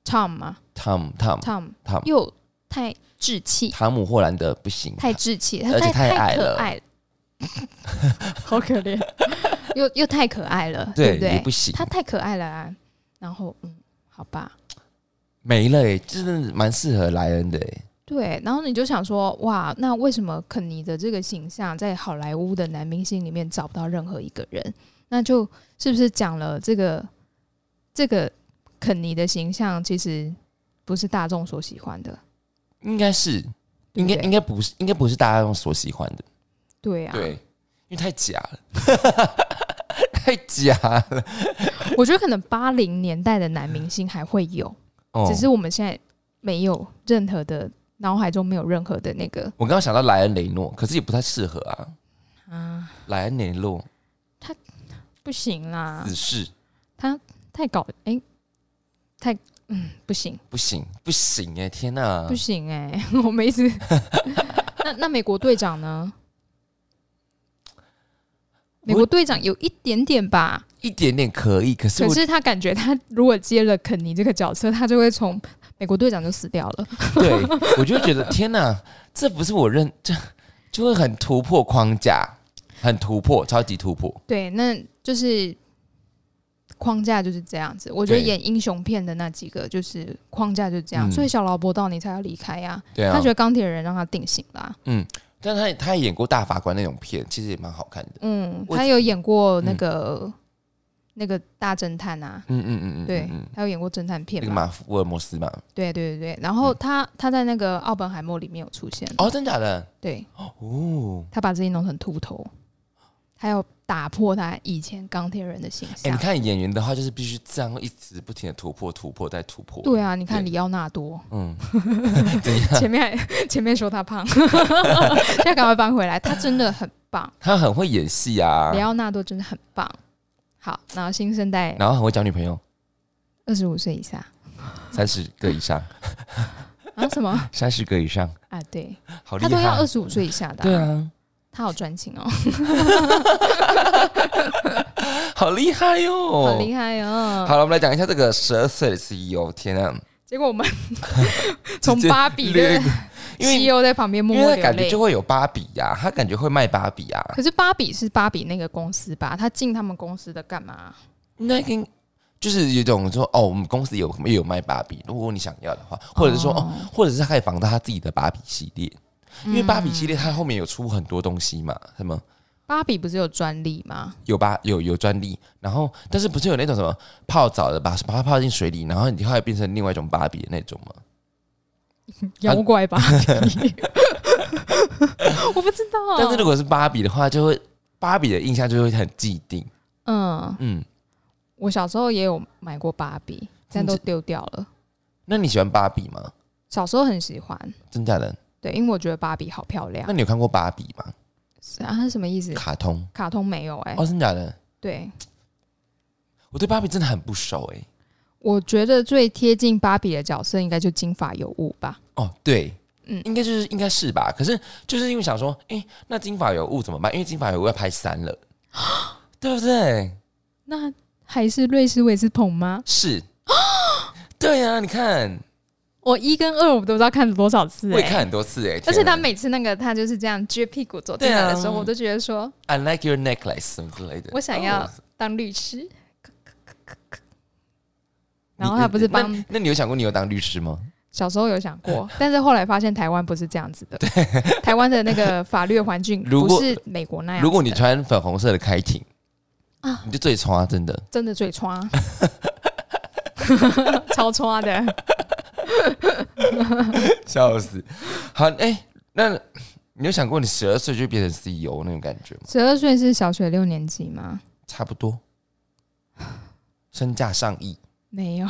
Speaker 1: Tom 嘛
Speaker 2: Tom Tom
Speaker 1: ，Tom
Speaker 2: 哦 Tom
Speaker 1: 又太稚气，
Speaker 2: 汤姆·霍兰德不行，
Speaker 1: 太稚气，他
Speaker 2: 而且
Speaker 1: 太
Speaker 2: 太矮
Speaker 1: 可
Speaker 2: 了
Speaker 1: 爱了， [laughs] 好可
Speaker 2: [laughs]
Speaker 1: 怜，又又太可爱了，
Speaker 2: 对
Speaker 1: 不对？
Speaker 2: 也不行
Speaker 1: 他太可爱了啊。然后嗯，好吧，
Speaker 2: 没了哎、真的蛮适合莱恩的哎、
Speaker 1: 对。然后你就想说，哇，那为什么肯尼的这个形象在好莱坞的男明星里面找不到任何一个人？那就是不是讲了这个这个肯尼的形象其实不是大众所喜欢的？
Speaker 2: 应该是，应该
Speaker 1: 对不对
Speaker 2: 应该不是，应该不是大家所喜欢的，
Speaker 1: 对啊，
Speaker 2: 对，因为太假了， [laughs] 太假了，
Speaker 1: 我觉得可能八零年代的男明星还会有。
Speaker 2: 哦
Speaker 1: 只是我们现在没有任何的脑海中没有任何的那个
Speaker 2: 我刚刚想到莱恩·雷诺，可是也不太适合啊，
Speaker 1: 啊，
Speaker 2: 莱恩·雷诺
Speaker 1: 不行啦
Speaker 2: 死，士
Speaker 1: 太搞哎、太嗯不行
Speaker 2: 不行不行哎、天哪、
Speaker 1: 不行哎、 [laughs] 我们一
Speaker 2: [laughs]
Speaker 1: 直那那美国队长呢？美国队长有一点点吧，
Speaker 2: 一点点可以，可是
Speaker 1: 可
Speaker 2: 我
Speaker 1: 是他感觉他如果接了肯尼这个角色，他就会从美国队长就死掉了。
Speaker 2: 对我就觉得天哪、这不是我认这就会很突破框架，很突破，超级突破。
Speaker 1: 对，那就是框架就是这样子。我觉得
Speaker 2: 对
Speaker 1: 演英雄片的那几个就是框架就是这样，
Speaker 2: 嗯
Speaker 1: 所以小劳勃道尼才要离开呀、
Speaker 2: 对啊，
Speaker 1: 他觉得钢铁人让他定型啦、
Speaker 2: 但他也他也演过大法官那种片，其实也蛮好看的。
Speaker 1: 嗯，
Speaker 2: 我
Speaker 1: 他有演过那个、那个大侦探啊，
Speaker 2: 嗯嗯嗯嗯，
Speaker 1: 对
Speaker 2: 嗯，嗯
Speaker 1: 他有演过侦探片
Speaker 2: 那个
Speaker 1: 嘛？
Speaker 2: 马福尔摩斯嘛，
Speaker 1: 对对对对，然后他他在那个《奥本海默》里面有出现，
Speaker 2: 哦，真假的，
Speaker 1: 对
Speaker 2: 哦，
Speaker 1: 他把自己弄成秃头，他要打破他以前钢铁人的形
Speaker 2: 哎、
Speaker 1: 象
Speaker 2: 你。看演员的话，就是必须这样一直不停的突破、突破再突破。
Speaker 1: 对，啊，你看
Speaker 2: 对
Speaker 1: 里奥纳多，
Speaker 2: [laughs] 嗯，
Speaker 1: [laughs] 前面还前面说他胖， [laughs] 现在赶快搬回来，他真的很棒，
Speaker 2: 他很会演戏啊
Speaker 1: 里，奥纳多真的很棒。好，然后新生代
Speaker 2: 然后很会交女朋友，
Speaker 1: 二十五岁以下
Speaker 2: 三十个以上，
Speaker 1: 啊什么
Speaker 2: 三十个以上，
Speaker 1: 啊？对
Speaker 2: 好厉
Speaker 1: 他
Speaker 2: 害。
Speaker 1: 都要二十五岁以下的、
Speaker 2: 对，啊，
Speaker 1: 他好专情哦，
Speaker 2: 好厉害哟、
Speaker 1: 好厉害哦。
Speaker 2: 好了，我们来讲一下这个十二岁的 CEO。天啊，
Speaker 1: 结果我
Speaker 2: [laughs]
Speaker 1: 们从
Speaker 2: 直接
Speaker 1: 芭比
Speaker 2: 略
Speaker 1: 的
Speaker 2: 因为
Speaker 1: CEO E 在旁边默
Speaker 2: 因
Speaker 1: 默
Speaker 2: 为他
Speaker 1: 流
Speaker 2: 感觉
Speaker 1: 泪
Speaker 2: 就。会有啊芭比呀、他感觉会卖芭比呀、
Speaker 1: 可是芭比是芭比那个公司吧？他进他们公司的干嘛？
Speaker 2: 那应该就是有一种说哦，我们公司有也有卖芭比，如果你想要的话，或者是说哦，或者是他可以仿造他自己的芭比系列，因为芭比系列它后面有出很多东西嘛，什么
Speaker 1: 芭比不是有专利吗？
Speaker 2: 有芭有有专利，然后但是不是有那种什么泡澡的把把它泡进水里，然后你后来变成另外一种芭比的那种吗？
Speaker 1: 妖怪芭比，
Speaker 2: [laughs]
Speaker 1: 我不知道。
Speaker 2: 但是如果是芭比的话，就会芭比的印象就会很既定，
Speaker 1: 嗯，
Speaker 2: 嗯。
Speaker 1: 我小时候也有买过芭比，但都丢掉了。
Speaker 2: 那你喜欢芭比吗？
Speaker 1: 小时候很喜欢，
Speaker 2: 真假的？
Speaker 1: 对，因为我觉得芭比好漂亮
Speaker 2: 那。你有看过芭比吗？
Speaker 1: 是啊，它是什么意思？
Speaker 2: 卡通？
Speaker 1: 卡通没有哎、
Speaker 2: 哦，真假的？
Speaker 1: 对，
Speaker 2: 我对芭比真的很不熟哎、
Speaker 1: 我觉得最贴近芭比的角色应该就金发尤物吧。
Speaker 2: 哦，对，
Speaker 1: 嗯
Speaker 2: 应该就是应该是吧。可是就是因为想说，哎、那金发尤物怎么办？因为金发尤物要拍三了，
Speaker 1: 啊
Speaker 2: 对不对？
Speaker 1: 那还是瑞士维斯彭吗？
Speaker 2: 是，
Speaker 1: 啊
Speaker 2: 对呀、你看，
Speaker 1: 我一跟二我都不知道看了多少次、
Speaker 2: 我也
Speaker 1: 欸，
Speaker 2: 看很多次哎、
Speaker 1: 而且
Speaker 2: 天啊
Speaker 1: 他每次那个他就是这样撅屁股走进来的时候，
Speaker 2: 对啊
Speaker 1: 我都觉得说
Speaker 2: I like your necklace 什么之类的，
Speaker 1: 我想要
Speaker 2: 哦
Speaker 1: 当律师。
Speaker 2: 你
Speaker 1: 然后他不是帮
Speaker 2: 那那你有想过你有当律师吗？
Speaker 1: 小时候有想过， [laughs] 但是后来发现台湾不是这样子
Speaker 2: [laughs]
Speaker 1: 的，台湾的那个法律环境
Speaker 2: 如果
Speaker 1: 不哎是美国那样子的。
Speaker 2: 如果你穿粉红色的开庭
Speaker 1: 啊
Speaker 2: 你就最穿、啊，真的。
Speaker 1: [laughs] 真的最
Speaker 2: [laughs]
Speaker 1: 穿，超穿的，
Speaker 2: [laughs] 笑死！好，哎、那你有想过你十二岁就变成 CEO 那种感觉吗？
Speaker 1: 十二岁是小学六年级吗？
Speaker 2: 差不
Speaker 1: [laughs]
Speaker 2: 多，身价上亿，
Speaker 1: 没有，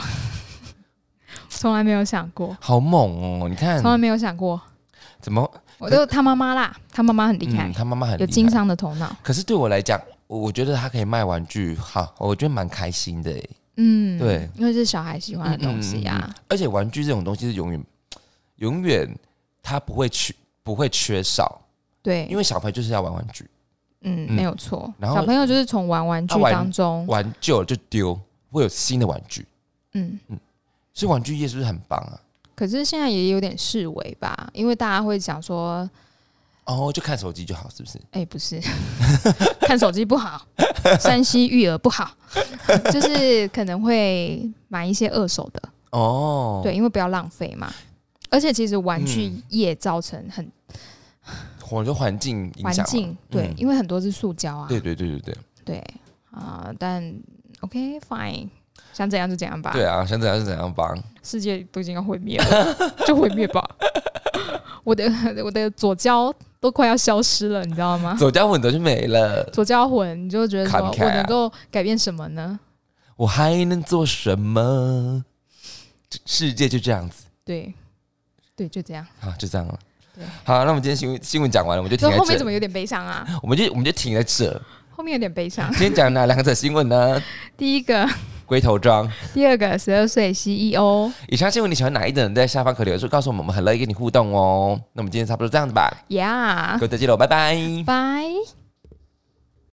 Speaker 1: [laughs] 从来没有想过，
Speaker 2: 好猛哦！你看
Speaker 1: 从来没有想过。
Speaker 2: 怎么
Speaker 1: 我就他妈妈啦，他妈妈很厉害，
Speaker 2: 嗯，他妈妈很
Speaker 1: 有
Speaker 2: 厉
Speaker 1: 经
Speaker 2: 害。
Speaker 1: 商的头脑。
Speaker 2: 可是对我来讲，我我觉得他可以卖玩具，好，我觉得蛮开心的哎。
Speaker 1: 嗯，
Speaker 2: 对，
Speaker 1: 因为是小孩喜欢的东西
Speaker 2: 嗯嗯
Speaker 1: 啊。
Speaker 2: 而且玩具这种东西是永远永远它不会缺不会缺少，
Speaker 1: 对，
Speaker 2: 因为小朋友就是要玩玩具，
Speaker 1: 嗯，
Speaker 2: 嗯
Speaker 1: 没有错。
Speaker 2: 然后
Speaker 1: 小朋友就是从玩玩具
Speaker 2: 他玩
Speaker 1: 当中，
Speaker 2: 玩久了就丢，会有新的玩具。
Speaker 1: 嗯，
Speaker 2: 所以玩具业是不是很棒啊？
Speaker 1: 可是现在也有点视为吧，因为大家会讲说，
Speaker 2: 哦，就看手机就好，是不是？
Speaker 1: 哎、不是， [laughs] 看手机不
Speaker 2: [laughs]
Speaker 1: 好，山西育儿不好，就是可能会买一些二手的，
Speaker 2: 哦，
Speaker 1: 对，，因为不要浪费嘛。而且其实玩具
Speaker 2: 嗯
Speaker 1: 业造成很
Speaker 2: 我就环境影响嘛
Speaker 1: 环境，对，
Speaker 2: 嗯
Speaker 1: 因为很多是塑胶啊，
Speaker 2: 对对对对对，
Speaker 1: 对啊、但 OK fine，想怎样就怎样吧。
Speaker 2: 对啊，想怎样就怎样吧。
Speaker 1: 世界都已经要毁灭了，就毁灭吧。 [laughs] 我的我的左交都快要消失了，你知道吗？
Speaker 2: 走家稳的就没了，
Speaker 1: 左交魂，你就觉得
Speaker 2: 看
Speaker 1: 说
Speaker 2: 不开啊
Speaker 1: 我能够改变什么呢？
Speaker 2: 我还能做什么？这世界就这样子
Speaker 1: 对，对，就这样。
Speaker 2: 啊，就这样了
Speaker 1: 对。
Speaker 2: 好，那我们今天新闻新闻讲完了，我们就
Speaker 1: 这
Speaker 2: 停在
Speaker 1: 后面
Speaker 2: 这
Speaker 1: 怎么有点悲伤啊？
Speaker 2: 我们就我们就停在这。
Speaker 1: 后面有点悲伤。
Speaker 2: 今天讲哪两则新
Speaker 1: [laughs]
Speaker 2: 闻呢？
Speaker 1: 第一个，
Speaker 2: 龟头装。
Speaker 1: 第二个，E 十二岁 CEO，
Speaker 2: 以上新闻你喜欢哪一则？在下方可留言说告诉我们，我们很乐意跟你互动哦。那我们今天差不多这样子吧，
Speaker 1: 呀
Speaker 2: 各，位再见喽，拜拜。
Speaker 1: 拜。